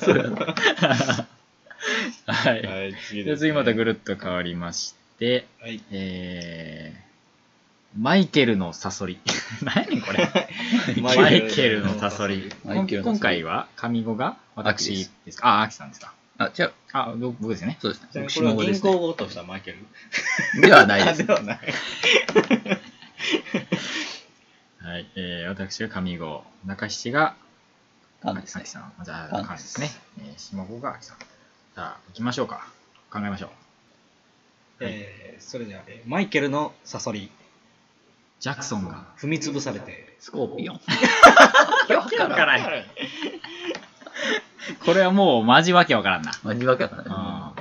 Speaker 3: そうやな
Speaker 2: はい。
Speaker 1: はい、次
Speaker 2: じゃ
Speaker 1: ですね
Speaker 2: あ次またぐるっと変わりまして、
Speaker 1: はい。
Speaker 2: えー、マイケルのサソリ。 *laughs* 何やねんこれ。 *laughs* マ
Speaker 1: マ
Speaker 2: イ
Speaker 1: イ
Speaker 2: ケ
Speaker 1: ケ
Speaker 2: ル
Speaker 1: ルの
Speaker 2: の
Speaker 1: サ
Speaker 2: サソ
Speaker 1: ソ
Speaker 2: リ
Speaker 1: リ。
Speaker 2: こん
Speaker 3: マイケルのサソリ
Speaker 2: 今回は上語が私
Speaker 3: 秋
Speaker 2: で
Speaker 3: ですす
Speaker 2: かあ、秋さんですか。
Speaker 3: あ違う
Speaker 2: あ、僕僕ですよね。
Speaker 3: そうです
Speaker 1: ちな
Speaker 3: ね
Speaker 1: みにこれは
Speaker 3: 下五ですね
Speaker 1: 銀行強盗したマイケル
Speaker 3: ではないです
Speaker 1: ではない。
Speaker 2: はい。えー、私が上語、中七が
Speaker 3: あのですね
Speaker 2: 秋さん。じゃあ、
Speaker 3: あ
Speaker 2: 関ですね。えー、下五が秋さん。じゃあ、行きましょうか。考えましょう。
Speaker 1: えーそれでは、えーマイケルのサソリ、
Speaker 2: ジャクソンが。
Speaker 1: 踏み潰されて。
Speaker 3: スコーピオン
Speaker 2: わけわからん。 *laughs* これはもうマジわけわからんな。
Speaker 3: マジわけわから
Speaker 2: あ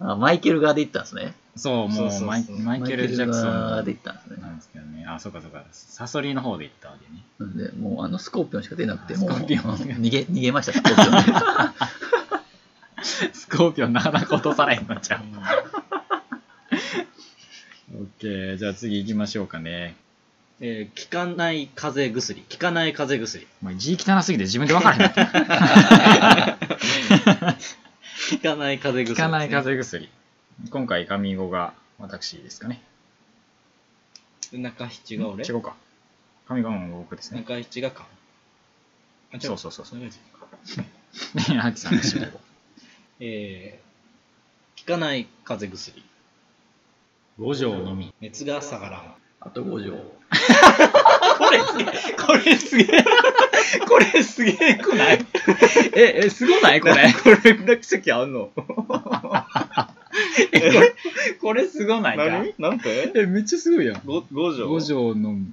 Speaker 3: ないあマイケル側で行ったんですね
Speaker 2: そう、も
Speaker 1: そううそうそう
Speaker 2: マイマイケル・ジャクソ
Speaker 3: マイケル側
Speaker 2: ン
Speaker 3: で行ったんですね
Speaker 2: なんですけどね。あ、そうかそうか。サソリの方で行ったわけね。
Speaker 3: なんでもうあのスコーピオンしか出なくて
Speaker 2: スコ
Speaker 3: もう
Speaker 2: ーピオン
Speaker 3: 逃げ逃げましたスコーピオンで
Speaker 2: *laughs* スコーピオンなかなか落とさないのちゃう。オッケー、じゃあ次行きましょうかね。
Speaker 1: えー効かない風邪薬、効かない風邪薬、
Speaker 2: お前字汚すぎて自分で分からへん *laughs* なった。
Speaker 1: 効かない風邪薬、
Speaker 2: 効かない。風邪薬。今回、上語が私ですかね。
Speaker 1: 中七が俺、
Speaker 2: 違うか。上語も僕ですね。
Speaker 1: 中七がか。あ
Speaker 2: そうそうそうそう。
Speaker 1: れが違か
Speaker 2: ね、秋さんが下
Speaker 1: *laughs*
Speaker 2: 五。
Speaker 1: えー効かない風邪薬、
Speaker 2: 五条のみ。
Speaker 1: 熱が下がら
Speaker 2: *laughs*
Speaker 1: ん。
Speaker 3: あと五条
Speaker 1: これすげえ、これす
Speaker 2: *laughs*
Speaker 1: げえ、これすげえくない
Speaker 2: え、え、すごないこれ。
Speaker 1: これだけ席あん
Speaker 2: *laughs*
Speaker 1: の
Speaker 2: これすごないか。
Speaker 1: 何なんて
Speaker 2: え、めっちゃすごいやん。
Speaker 1: 五条
Speaker 2: 五条のみ。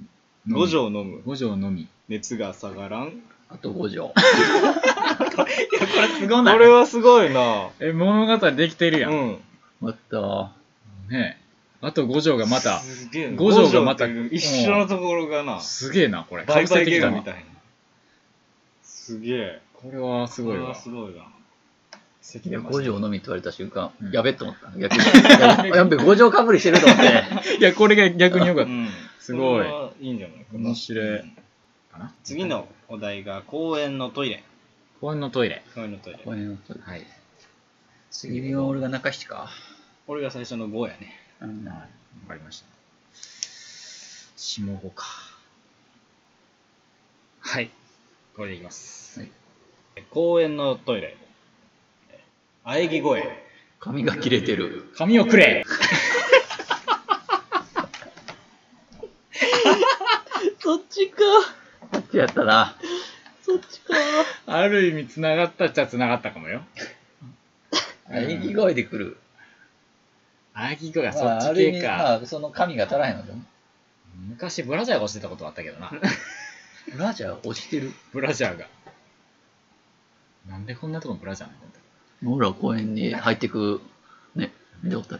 Speaker 1: 五条飲む
Speaker 2: 五条のみ。
Speaker 1: 熱が下がらん
Speaker 3: あと五条
Speaker 2: これすご
Speaker 1: これはすごいな
Speaker 2: え、物語できてるやん。
Speaker 1: うん
Speaker 3: また
Speaker 2: ねえ。あと五条がまた、
Speaker 1: すげえな
Speaker 2: 五条がまた
Speaker 1: 五条っていう一緒のところがな
Speaker 2: すげえな、これ。
Speaker 1: バイバ
Speaker 2: 被
Speaker 1: イ
Speaker 2: せ
Speaker 1: ゲ
Speaker 2: てき
Speaker 1: ー
Speaker 2: た
Speaker 1: ムみ
Speaker 2: な
Speaker 1: たいなすげえ
Speaker 2: これはす
Speaker 1: こ
Speaker 2: ごい
Speaker 1: れは
Speaker 2: わ。
Speaker 1: すごいな
Speaker 2: 席出ま
Speaker 3: 五
Speaker 2: し
Speaker 3: 条のみって言われた瞬間、
Speaker 2: うん
Speaker 3: やべって思った *laughs* 逆にやべ五条かぶりしてると思って
Speaker 2: た。いや、これが逆によかった。
Speaker 1: うん
Speaker 2: すご
Speaker 1: こ
Speaker 2: い
Speaker 1: れはいいんじゃないかな
Speaker 2: 面白い
Speaker 1: うん
Speaker 2: かな
Speaker 1: 次のお題が公園のトイレ
Speaker 2: 公園のトイレ。
Speaker 1: 公園のトイレ
Speaker 3: これの
Speaker 2: はい。
Speaker 3: 次は俺が中七か、
Speaker 1: 俺が最初の5やね
Speaker 3: うん
Speaker 2: はい。わかりました。下五か。はい。これでいきます。
Speaker 1: 公園のトイレ喘ぎ声
Speaker 3: 髪が切れてる
Speaker 2: 紙をくれ
Speaker 3: そっちかそっちやったなそっちか
Speaker 2: ある意味、つながったっちゃつながったかもよ。
Speaker 3: 喘ぎ声でくる
Speaker 2: あぎこがそ
Speaker 3: まあ
Speaker 2: っ
Speaker 3: あ
Speaker 2: ち
Speaker 3: る意
Speaker 2: 系
Speaker 3: 味
Speaker 2: か。
Speaker 3: まあその髪が足らへんのでも
Speaker 2: 昔、ブラジャーが押してたことあったけ
Speaker 1: *laughs*
Speaker 2: どな。
Speaker 3: ブラジャー押してる
Speaker 2: ブラジャーが。なんでこんなとこブラジャーなんだった
Speaker 3: 俺は公園に入ってくねでおった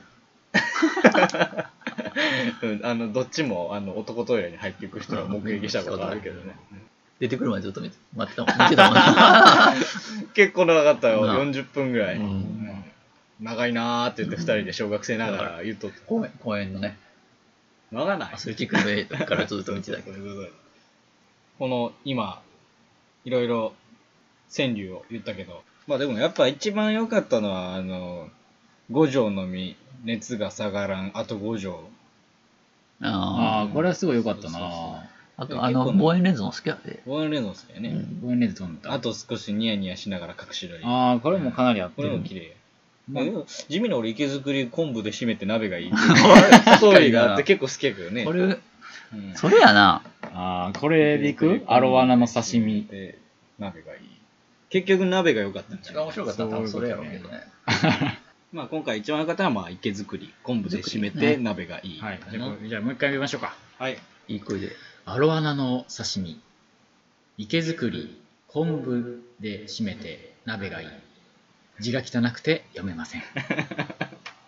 Speaker 1: うんあのどっちもあの男トイレに入っていく人は目撃したことあるけどね
Speaker 3: 出てくるまでずっと見て *laughs* 待ってたもん見てたもんな
Speaker 1: 結構長かったよ
Speaker 3: なあ
Speaker 1: 40分ぐらい、
Speaker 3: うん
Speaker 1: うん長いなーって言って2人で小学生ながら言っとった
Speaker 3: 公園公園のね
Speaker 1: 長ない
Speaker 3: アスレチックの上からずっと見てたけど
Speaker 1: そうそうそうこの今いろいろ川柳を言ったけどまあでもやっぱ一番良かったのはあの五条の実熱が下がらんあと五条
Speaker 3: *laughs* あ
Speaker 2: ああ、これはすごい良かったな
Speaker 1: そうそうそう
Speaker 3: あ。あと、あの、
Speaker 1: 結構
Speaker 3: 望遠レンズも好きやで。
Speaker 1: ボーンレンズ好きやね、
Speaker 3: うん
Speaker 2: これね、飛んだ。
Speaker 1: あ、と少しニヤニヤしながら隠し撮りこ
Speaker 2: ああ、これもかなり合って
Speaker 1: れ
Speaker 2: る
Speaker 1: も。綺麗
Speaker 2: うん
Speaker 1: まあでも地味に俺池作り昆布で締めて鍋がいい
Speaker 2: ス
Speaker 1: ストーリーがあって結構好きやけどね
Speaker 3: これ、
Speaker 1: うん
Speaker 3: それやな。
Speaker 2: ああ、これでいくアロワナの刺身。
Speaker 1: で鍋がいい結局鍋が良かったんじゃない
Speaker 2: 白かったら多分それやろうけど
Speaker 3: ね。
Speaker 1: まあ今回一番良かったのはまあ池作り昆布で締め
Speaker 3: ね
Speaker 1: て鍋がいい、
Speaker 2: はい。じゃあこれじゃあもう一回見ましょうか。
Speaker 1: はい
Speaker 3: いい声で。
Speaker 2: アロワナの刺身。池作り、昆布で締めて鍋がいい。字が汚くて読めません。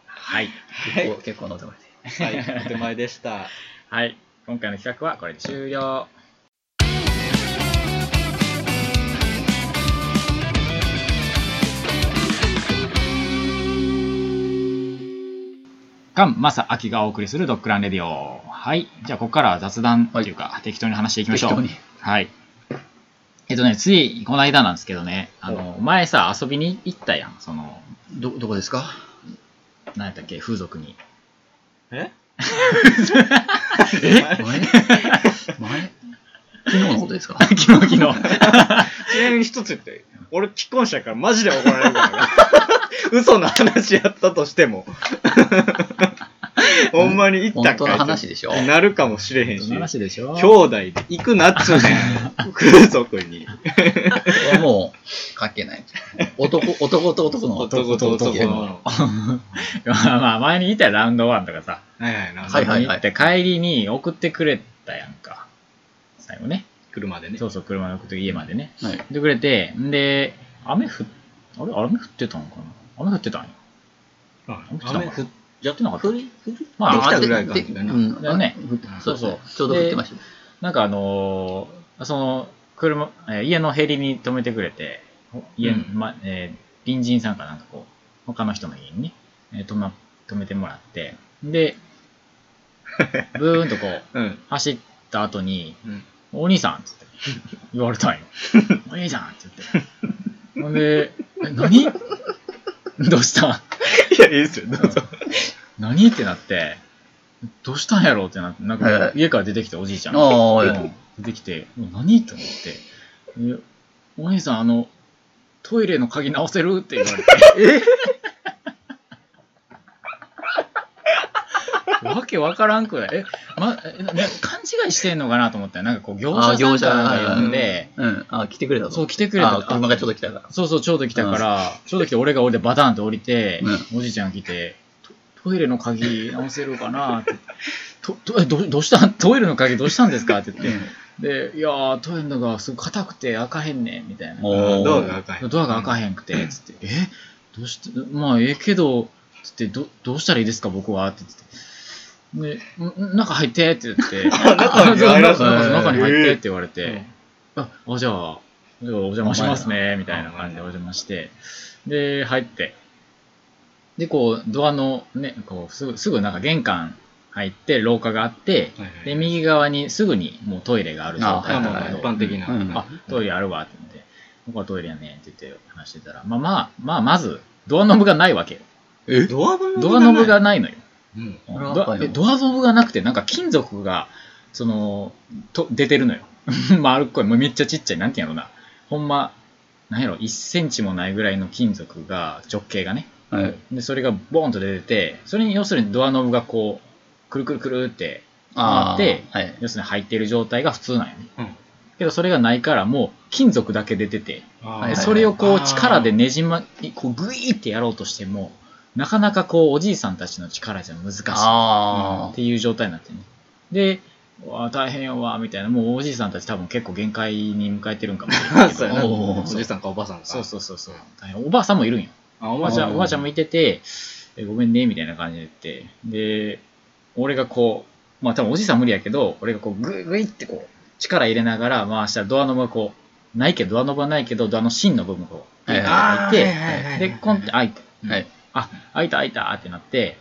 Speaker 2: はい。
Speaker 3: 結構、結構乗ってもらえて。
Speaker 1: はい、お手前でした。
Speaker 2: はい。今回の企画はこれで終了。菅正明がお送りするドッグランレディオ。はい。じゃあ、ここからは雑談というか、適当に話していきましょう。
Speaker 3: 適
Speaker 2: はい。えっとね、つい、この間なんですけどね、あの、前さ、遊びに行ったやん。その、
Speaker 3: ど、どこですか
Speaker 2: 何やったっけ、風俗に。
Speaker 1: え
Speaker 3: え前前昨日のこと
Speaker 1: *laughs*
Speaker 3: ですか
Speaker 2: 昨日、昨日。
Speaker 1: ちなみに一つ言って、俺既婚者やからマジで怒られるからな。嘘の話やったとしても。ほんまに行っ
Speaker 3: 本
Speaker 1: たん
Speaker 3: 当
Speaker 1: かい
Speaker 3: の話でしょ
Speaker 1: ってなるかもしれへんし。兄
Speaker 2: 話でしょ
Speaker 1: 弟で行くなっつうねん。風俗に。
Speaker 3: これはもう、関係ない。男、男と男の。
Speaker 1: 男と男
Speaker 3: の。
Speaker 1: の。は
Speaker 2: *laughs* まあまあ前にいたラウンドワンとかさ、
Speaker 1: いはいな。
Speaker 3: はいはいはい
Speaker 2: 遊びに行って帰りに送ってくれたやんか。最後ね。
Speaker 1: 車でね
Speaker 2: そ。うそう、車で送って家までね。
Speaker 3: はい。
Speaker 2: 送ってくれて、んで、雨降っ、あれ雨降ってたのかな雨降ってたんや。
Speaker 1: 雨降っ
Speaker 2: やってなかった
Speaker 3: 降り、降り
Speaker 2: まあ
Speaker 1: 雨ぐらいか
Speaker 3: で
Speaker 1: みたいな
Speaker 3: うん
Speaker 2: だよね
Speaker 3: あそうそう
Speaker 2: そう。そう
Speaker 3: ちょうど降ってましたよ。
Speaker 2: なんかあのーその、車、えー家のヘリに止めてくれて、家、
Speaker 1: うん
Speaker 2: ま、えー隣人さんかなんかこう、他の人の家にね、えー止ま、止めてもらって、で、
Speaker 1: *laughs*
Speaker 2: ブーンとこう、
Speaker 1: うん。
Speaker 2: 走った後に、
Speaker 1: うん
Speaker 2: お兄さんっつって言わ
Speaker 3: *laughs*
Speaker 2: れたんよ。お兄さんっつって。ほんで、え何どうした
Speaker 1: いや、いいですよ。どうぞ。
Speaker 2: 何ってなって、どうしたんやろうってなって、なん
Speaker 3: はいは
Speaker 2: か
Speaker 3: い
Speaker 2: 家から出てきたおじいちゃん
Speaker 3: ああはい
Speaker 2: うん出てきて、何と思って、えお兄さん、あの、トイレの鍵直せるって言われて。 *laughs* わけわからんくらい。え、ま、えな勘違いしてんのかなと思ったよなんかこう、業者さんかなんか呼んで、
Speaker 3: うん。あ、来てくれたぞ。
Speaker 2: そう、来てくれた
Speaker 3: あ車がちょっと来たから。
Speaker 2: そうそう、ちょうど来たから、ちょうど来て、俺が俺でバタンと降りて、おじいちゃんが来て、トトイレの鍵直せるかなって。 *laughs* ととえどうどうしたんトイレの鍵どうしたんですかって言って、で、いやー、トイレのがすごい硬くて開かへんねん、みたいな。
Speaker 3: おー
Speaker 1: ドアが赤い。
Speaker 2: ドアが開かへんくて、つって、えどうして、まあ、ええけど、つって、どどうしたらいいですか、僕はって言って。で、んん中入ってって言って、
Speaker 1: *laughs* 中に入らせて
Speaker 2: *laughs* あそう中に入ってって言われて、
Speaker 1: うん
Speaker 2: あ、あじゃあ、じゃあお邪魔しますね、みたいな感じでお邪魔して、で、入って、で、こう、ドアのね、こう、すぐ、すぐなんか玄関入って、廊下があって、
Speaker 1: はいはい
Speaker 2: で、右側にすぐにもうトイレがある状
Speaker 1: まあま
Speaker 2: 態なん
Speaker 1: あ
Speaker 2: だ
Speaker 1: まあ
Speaker 2: け
Speaker 1: 一
Speaker 2: ど、
Speaker 1: 般的な。
Speaker 3: うん
Speaker 2: あ、トイレあるわって言って、ここはトイレやねんって言って話してたら、まあまあ、まあ、まず、ドアノブがないわけよ。
Speaker 3: え
Speaker 1: ドアノブ
Speaker 2: ドアノブがないのよ。
Speaker 1: うん。
Speaker 3: それは
Speaker 2: ド
Speaker 3: やっ
Speaker 2: ア
Speaker 3: ぱり
Speaker 2: えドアノブがなくて、なんか金属が、その、と出てるのよ。 *laughs* 丸っこい、もうめっちゃちっちゃい、なんていうんやろな。ほんま、なんやろ、1センチもないぐらいの金属が、直径がね。
Speaker 3: はい。
Speaker 2: で、それがボーンと出てて、それに要するにドアノブがこう、くるくるくるって、
Speaker 3: ああ。
Speaker 2: で
Speaker 3: はい。
Speaker 2: 要するに入ってる状態が普通なんよね。
Speaker 1: うん
Speaker 2: けどそれがないから、もう金属だけ出てて、
Speaker 1: あー
Speaker 3: はいはいはい
Speaker 2: それをこう力でねじま、こうグイーってやろうとしても、なかなかこうおじいさんたちの力じゃ難しいっ
Speaker 3: あ
Speaker 2: ていう状態になってね。で、うわあ大変やわ、みたいな、もうおじいさんたち多分結構限界に迎えてるんかもしれない
Speaker 1: そう
Speaker 2: け
Speaker 1: やな。
Speaker 2: ど
Speaker 3: おー
Speaker 1: おじさんかおばさんか。
Speaker 2: そうそうそうそう。大変おばあさんもいるんよ。
Speaker 1: あ、お
Speaker 2: お
Speaker 1: ば
Speaker 2: ばあちゃ
Speaker 1: さ
Speaker 2: ん
Speaker 1: ん。
Speaker 2: おばあちゃんもいてて、えごめんね、みたいな感じで言って、で、俺がこう、まあ多分おじいさん無理やけど、俺がこう、グイグイってこう、力入れながら回したらドアノブがこう、ないけど、ドアノブはないけど、ドアの芯の部分がこう、
Speaker 3: はい
Speaker 2: 開い
Speaker 1: あーはいはいはいは
Speaker 2: て、
Speaker 1: い
Speaker 2: で、コンって開いて、
Speaker 3: あ。はい。
Speaker 2: あ、開いた開いたってなって、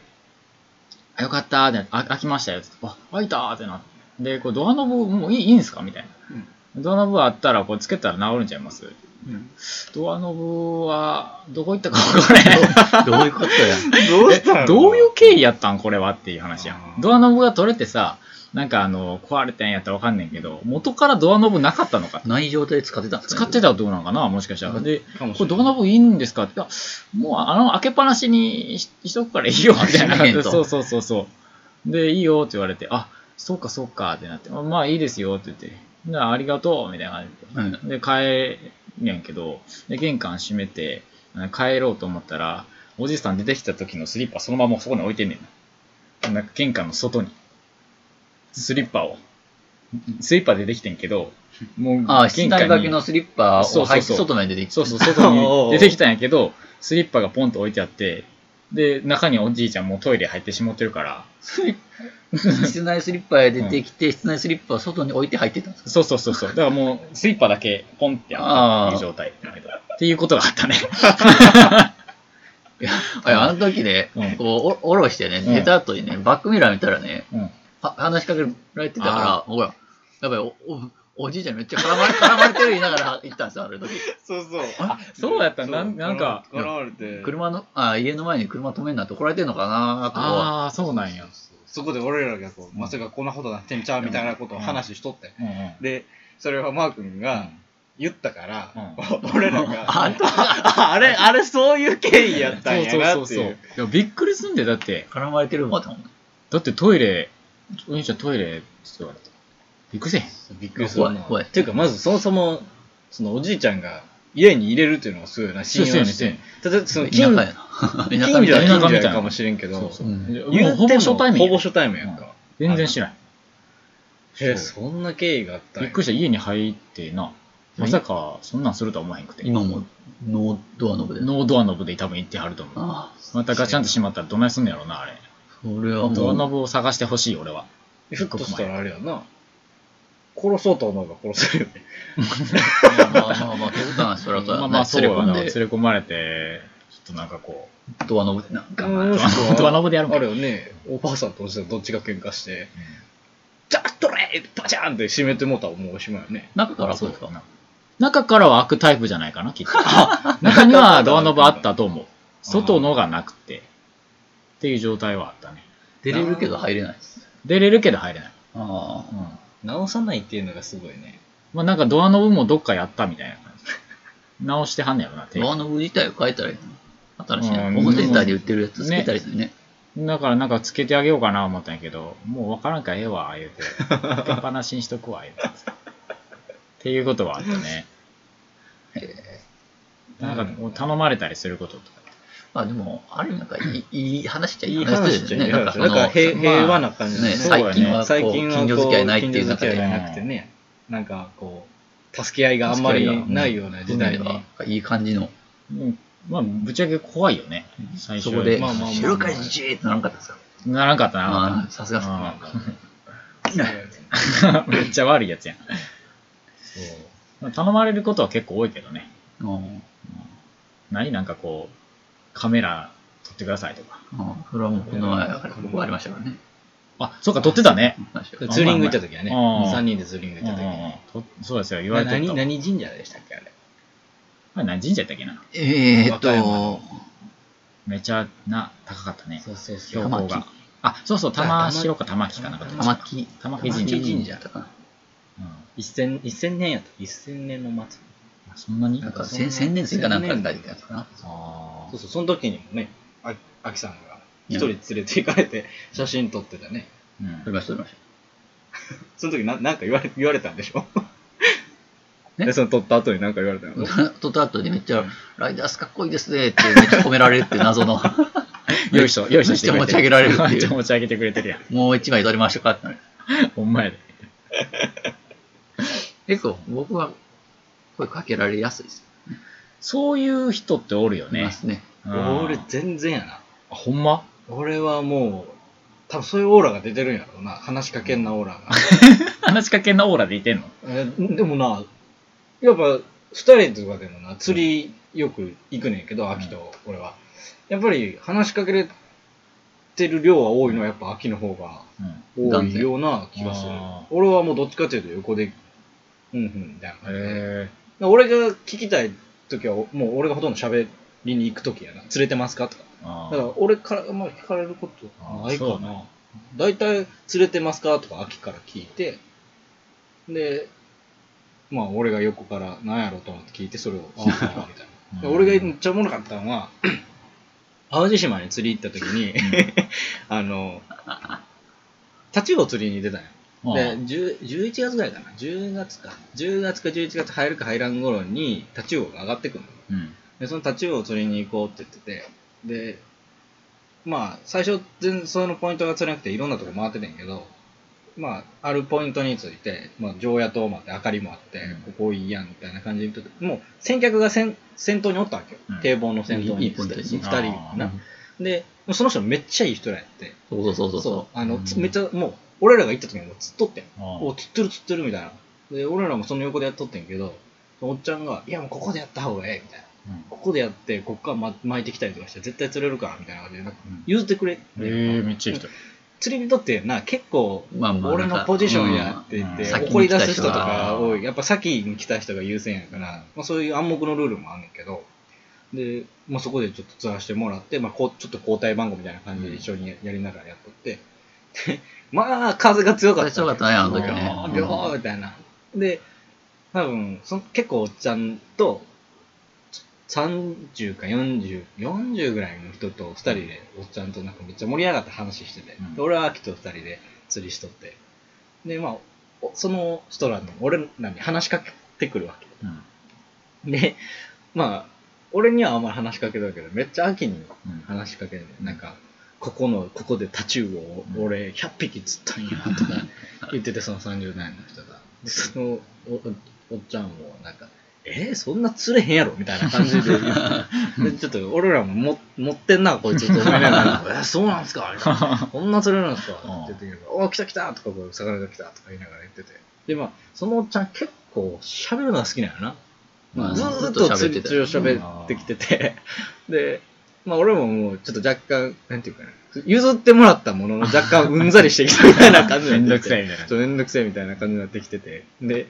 Speaker 2: あよかったーってなってあ開きましたよって言ってあ、開いたーってなって、で、こうドアノブもういいいいんすかみたいな。ドアノブあったら、こうつけたら治るんちゃいます
Speaker 3: うん
Speaker 2: ドアノブは、どこ行ったか分からへん。
Speaker 3: どういうことや。
Speaker 1: どうしたの *laughs*
Speaker 2: えどういう経緯やったんこれはっていう話や
Speaker 1: あー
Speaker 2: ん。ドアノブが取れてさ、なんかあの、壊れたんやったらわかんねんけど、元からドアノブなかったのか。
Speaker 3: ない状態で使ってたんです
Speaker 2: 使
Speaker 3: か
Speaker 2: っ
Speaker 3: ね
Speaker 2: てたらどうなんかなもしかしたら。で、
Speaker 1: かもし
Speaker 2: こ
Speaker 1: れ
Speaker 2: れ
Speaker 1: な
Speaker 2: ド
Speaker 1: い
Speaker 2: アノブいいんですかって、いやもうあの、開けっぱなしにししとくからいいよ、みたい
Speaker 3: あ閉めへん
Speaker 2: な。
Speaker 3: と
Speaker 2: そうそうそうそう。で、いいよって言われて、あ、そうかそうかってなって、まあいいですよって言って、じゃあありがとうみたいな感じで。
Speaker 3: うん。
Speaker 2: で、帰んやんけど、で、玄関閉めて、あ帰ろうと思ったら、おじさん出てきた時のスリッパそのままそこに置いてんねんな。なんか玄関の外に、スリッパを。スリッパ出てきてんけど、もう
Speaker 3: ああ、室内履きのスリッパ
Speaker 2: そ
Speaker 3: を
Speaker 2: うそ
Speaker 3: 履い
Speaker 2: う
Speaker 3: て
Speaker 2: そう
Speaker 3: 外まで出てきて。
Speaker 2: そうそう、外 *laughs* に出てきたんやけど、スリッパがポンと置いてあって、で、中におじいちゃんもうトイレ入ってしもってるから、
Speaker 3: *laughs* 室内スリッパへ出てきて、室内スリッパを外に置いて入ってたんですか
Speaker 2: そうそうそうそう。だからもう、スリッパだけポンってあったっていう状態だけど。っていうことがあったね。 *laughs*
Speaker 3: いやいやあの時ね
Speaker 2: うん、
Speaker 3: こう、お下ろしてね、
Speaker 2: ん
Speaker 3: 出た後にね、バックミラー見たらね、
Speaker 2: うん。
Speaker 3: は話しかけられてたから、ほら、やばい、お、おおじいちゃんめっちゃ絡まれ *laughs* 絡まれてる言いながら行ったんですよ、あの時。
Speaker 1: そうそう
Speaker 2: あ、そうやった。なんなんか、
Speaker 1: 絡まれて
Speaker 3: 車の、あ家の前に車止めんなって怒られてんのかなとか、
Speaker 2: ああ、そうなんや。
Speaker 1: そこで俺らがこうまさかこんなことなってんちゃうみたいなことを話しとって、
Speaker 2: うんうん
Speaker 1: でそれはマー君が言ったから、 *laughs* 俺らが
Speaker 3: あんた
Speaker 1: ああれあれそういう経緯やったんやな
Speaker 2: そう
Speaker 1: っ
Speaker 2: そ
Speaker 1: て
Speaker 2: うそう
Speaker 1: い
Speaker 2: そう
Speaker 1: う。
Speaker 2: いやびっくりすんで、だって、
Speaker 3: 絡まれてるもんと思って
Speaker 2: だってトイレ、お兄ちゃんトイレって言われた。びっくりせえへん。
Speaker 1: びっく
Speaker 3: く
Speaker 1: り
Speaker 3: り
Speaker 1: す
Speaker 3: す
Speaker 1: る
Speaker 3: る
Speaker 1: な
Speaker 3: な怖い
Speaker 1: っていうかまずそもそもそのおじいちゃんが家に入れるっていうのがすごいな信用してただその
Speaker 3: 田舎
Speaker 1: 近
Speaker 3: やな。田舎
Speaker 1: 近所は
Speaker 3: みたい
Speaker 1: 近
Speaker 3: な。
Speaker 1: 所やかもしれんけど
Speaker 2: そうそう。
Speaker 3: うん
Speaker 2: で
Speaker 1: 言
Speaker 2: も
Speaker 1: う
Speaker 2: うほぼ
Speaker 1: ても
Speaker 2: 初対面
Speaker 1: ほ
Speaker 2: や。
Speaker 1: ぼ初対面やんか、
Speaker 2: 全然知らん。
Speaker 1: へえそんな経緯があったん
Speaker 2: び
Speaker 1: や
Speaker 2: っくりした、家に入ってな、まさかそんなんするとは思わへんくて。
Speaker 3: 今もノードアノブで。
Speaker 2: ノードアノブで多分行ってはると思う。
Speaker 3: ああ、
Speaker 2: またガチャンと閉まったらどないすんのやろうな、あれ。
Speaker 3: それは
Speaker 2: ド
Speaker 3: も
Speaker 2: アノ
Speaker 3: う、
Speaker 2: ブを探してほしい、俺は。
Speaker 1: ひょっとしたらあれやな殺そうと思えば殺せるよね
Speaker 3: まあまあまあ、極端なそれはそうや
Speaker 2: ま
Speaker 3: な
Speaker 2: あまあ、そうやな。
Speaker 3: 連
Speaker 2: 連
Speaker 3: れ
Speaker 2: れ
Speaker 3: 込んで、
Speaker 2: 込まれて、ちょっとなんかこう、
Speaker 3: ドアノブでなんか、
Speaker 1: もしくは
Speaker 2: ドアノブでやるもん
Speaker 1: あれよねおばあさんとおじさんどっちが喧嘩して「ジャッとれバチャン!」って閉めてもうたらもうおしまいよね
Speaker 3: 中から
Speaker 2: そ
Speaker 3: そうう
Speaker 2: で
Speaker 3: ですす
Speaker 2: か
Speaker 3: か。
Speaker 2: 中からは開くタイプじゃないか
Speaker 3: *laughs*
Speaker 2: な、きっと。中にはドアノブあったと思う。外のがなくて。っていう状態はあったね。
Speaker 3: 出れるけど入れないです。
Speaker 2: 出れるけど入れない。
Speaker 3: あ
Speaker 2: うん。
Speaker 1: 直さないっていうのがすごいね
Speaker 2: まあなんかドアノブもどっかやったみたいな感じ。直してはんね
Speaker 3: *laughs*
Speaker 2: やろな、
Speaker 3: あ。
Speaker 2: 手
Speaker 3: ドアノブ自体を変えたらいいの新しいね
Speaker 2: うん
Speaker 3: ホームセンターで売ってるやつつけたりするね。
Speaker 2: だからなんかつけてあげようかな思ったんやけど、もうわからんからええわ、言うて。開けっぱなしにしとくわ、言うて。っていうことはあったね。なんかこう頼まれたりすることとか。
Speaker 3: まあでも、ある意味なんかいいいい話っちゃい
Speaker 1: いい
Speaker 3: い話
Speaker 1: 話
Speaker 3: です
Speaker 1: じゃ
Speaker 3: よね。
Speaker 1: ない
Speaker 3: な
Speaker 1: 話
Speaker 3: んかそ
Speaker 1: なんか
Speaker 3: の、
Speaker 1: 平平和な感じだ
Speaker 3: ね、
Speaker 1: ね
Speaker 2: そう
Speaker 3: 最近は
Speaker 1: 最
Speaker 3: こう
Speaker 1: 近はこう
Speaker 3: 近所付き合いないっていう中
Speaker 1: 近所付き合
Speaker 3: で、
Speaker 1: いがなくてねなんかこう助け合いがあんまりないような時代に
Speaker 3: なんかいい感じの、
Speaker 2: うんまあ、ぶっちゃけ怖いよね。最
Speaker 3: そ
Speaker 2: 初
Speaker 3: こで
Speaker 1: まあまあまあまあ、
Speaker 3: 知るかいじーってならんかったですか
Speaker 2: ならんかった
Speaker 3: あ
Speaker 2: な
Speaker 3: あ、。さすがっすねなんか
Speaker 2: うん *laughs* めっちゃ悪いやつやん。まあ頼まれることは結構多いけどね。
Speaker 3: うん
Speaker 2: 何なんかこう、カメラ撮ってくださいとか。
Speaker 3: うんそれはもうこの前だから僕はありましたからね。
Speaker 2: あ、そうか、撮ってたね。
Speaker 3: 話
Speaker 1: そう
Speaker 3: は
Speaker 1: ツーリング行った時はね
Speaker 2: うん
Speaker 1: 3人でツーリング
Speaker 2: う
Speaker 1: 行
Speaker 2: んう
Speaker 1: った時
Speaker 2: んうん
Speaker 1: に
Speaker 2: とそうですよ、言われて
Speaker 1: 何
Speaker 2: た。
Speaker 1: 何神社でしたっけあれ
Speaker 2: あれ何神社やったっけな。
Speaker 3: えーっ
Speaker 1: 和歌山
Speaker 3: と、
Speaker 2: めちゃな、高かったね。
Speaker 1: そうそう
Speaker 2: 標
Speaker 1: そう
Speaker 3: 玉
Speaker 2: 高
Speaker 3: 木
Speaker 2: が。あ、そうそう、
Speaker 1: あ
Speaker 2: 玉
Speaker 1: 玉
Speaker 2: 城か玉木かなんかどっちか。
Speaker 3: 玉木、
Speaker 2: 玉木
Speaker 3: 木
Speaker 2: 神社。
Speaker 1: 神社
Speaker 3: だったかな。
Speaker 2: うん
Speaker 1: 1000 1000年やった1000年の祭り
Speaker 2: あそんなに
Speaker 3: なんか千千年生かなんかみたいなやつかな。
Speaker 2: あ
Speaker 1: そ
Speaker 2: ー
Speaker 1: うそうその時にもねああきさんが一人連れて行かれて写真撮ってたね
Speaker 2: うん
Speaker 3: 撮りました、撮りまし
Speaker 1: その時ななんか言われ言われたんでし *laughs* ょ
Speaker 3: ね
Speaker 1: でその撮った後に何か言われたの
Speaker 3: た。撮った後にめっちゃ、ライダースかっこいいですねってめっちゃ褒められるっていう謎の、
Speaker 2: よいしょ、よいしょしてくれて
Speaker 3: めっちゃ持ち
Speaker 2: る。
Speaker 3: 上げられるっていう
Speaker 2: めっちゃ持ち上げてくれてるやん。
Speaker 3: もう一枚撮りましたかってなる。
Speaker 2: ほんまやで。
Speaker 3: 結構僕は声かけられやすいです。
Speaker 2: そういう人っておるよ
Speaker 3: いま
Speaker 2: ね。
Speaker 3: すね。
Speaker 2: うん
Speaker 1: 俺全然やな
Speaker 2: あほんま
Speaker 1: 俺はもう多分そういうオーラが出てるんやろうな話しかけんなオーラが
Speaker 2: 話しかけんなオーラでいてんの
Speaker 1: えでもなやっぱ2人とかでもな釣りよく行くねんけど秋と俺はやっぱり話しかけれてる量は多いのはやっぱ秋の方が
Speaker 2: うん。
Speaker 1: 多いような気がする
Speaker 2: 断然あー
Speaker 1: 俺はもうどっちかというと横でうんうんみたいな感じで
Speaker 2: へえ。
Speaker 1: 俺が聞きたい時は、もう俺がほとんど喋りに行く時やな。連れてますかとか。
Speaker 2: あ
Speaker 1: だ
Speaker 2: ー
Speaker 1: から俺から、まあ、聞かれることない
Speaker 2: あーそ
Speaker 1: か
Speaker 2: う
Speaker 1: な
Speaker 2: ね。
Speaker 1: 大体、連れてますかとか秋から聞いて、で、まあ俺が横から何やろうと思って聞いて、それを、ああ、みたいな。 *laughs* で
Speaker 2: うん
Speaker 1: 俺がめっちゃおもろかったのは、 *laughs* 淡路島に釣り行った時 *laughs* に、あの、タチウオ釣りに出たんや。
Speaker 2: あー
Speaker 1: で10 11月ぐらいかな10月か10月か11月入るか入らん頃にタチウオが上がってくるの
Speaker 2: うん
Speaker 1: でそのタチウオを釣りに行こうって言っててでまあ最初全然そのポイントが釣れなくていろんなとこ回っててんけどまああるポイントについて、まあ、常夜灯もあって明かりもあって、
Speaker 2: うん
Speaker 1: ここいいやんみたいな感じでもう先客が先先頭におったわけよ、
Speaker 2: うん
Speaker 1: 堤防の先頭
Speaker 3: いい
Speaker 1: に
Speaker 3: いいポイントです
Speaker 1: 2
Speaker 3: ね
Speaker 1: 人なでその人めっちゃいい人らやって
Speaker 3: そうそうそうそう
Speaker 1: あの、つ
Speaker 2: うん
Speaker 1: めっちゃもう俺らが行った時にもう釣っとってん
Speaker 2: あー
Speaker 1: お釣ってる釣ってるみたいなで俺らもその横でやっとってんけどおっちゃんが「いやもうここでやった方がええ」みたいな
Speaker 2: うん
Speaker 1: 「ここでやってこっからま巻いてきたりとかして絶対釣れるから」みたいな感じでなんか
Speaker 2: うん
Speaker 1: 譲ってくれ、
Speaker 2: ええめっちゃいい人
Speaker 1: 釣り人ってな結構
Speaker 3: まあまあ
Speaker 1: 俺のポジションやって言っ
Speaker 2: うん
Speaker 1: て、
Speaker 2: うん
Speaker 1: 怒り出す人とか
Speaker 3: 先に来た人が
Speaker 1: 多いやっぱ先に来た人が優先やから、まあ、そういう暗黙のルールもあんねんけどで、まあ、そこでちょっと釣らしてもらって、まあ、こうちょっと交代番号みたいな感じで一緒にややりながらやっとって、でまあ風が強かった
Speaker 3: 強かったねあの時
Speaker 2: ね
Speaker 1: ビョービョーみたいなで多分その結構おっちゃんと30か4040ぐらいの人と2人でおっちゃんとなんかめっちゃ盛り上がって話してて、
Speaker 2: うん
Speaker 1: で俺は秋と2人で釣りしとってでまあおその人らの俺らに話しかけてくるわ
Speaker 2: うん
Speaker 1: けでまあ俺にはあんまり話しかけないけどめっちゃ秋に
Speaker 3: *laughs*
Speaker 2: うん
Speaker 1: 話しかけるなんかここのここでタチウオを
Speaker 2: うん
Speaker 1: 俺100匹釣ったんやと
Speaker 2: *laughs*
Speaker 1: か言っててその30代の人がでそのおおおっちゃんもなんか「えー、そんな釣れへんやろ」みたいな感じで言って
Speaker 2: *laughs*
Speaker 1: でちょっと俺らもも持ってんなこいつと思いながら「えーそうなんすか」みたいなこんな釣れるんすか」って言って「おお来た来た」とかこう「魚が来た」とか言いながら言っててでまあそのおっちゃん結構喋るのが好きなんやな
Speaker 3: まあ
Speaker 1: ず
Speaker 3: ず
Speaker 1: ー
Speaker 3: ー
Speaker 1: っ
Speaker 3: っ
Speaker 1: と
Speaker 3: と
Speaker 1: 釣
Speaker 3: 喋っ
Speaker 1: り
Speaker 3: てた
Speaker 1: 中喋ってきてて、で、まあ俺ももうちょっと若干、なんていうか *laughs* な、譲ってもらったものの若干うんざりしてきたみたいな感じになってきて。
Speaker 2: めんどくさいみたいな
Speaker 1: ちょっとめんどくせえみたいな感じになってきてて。で、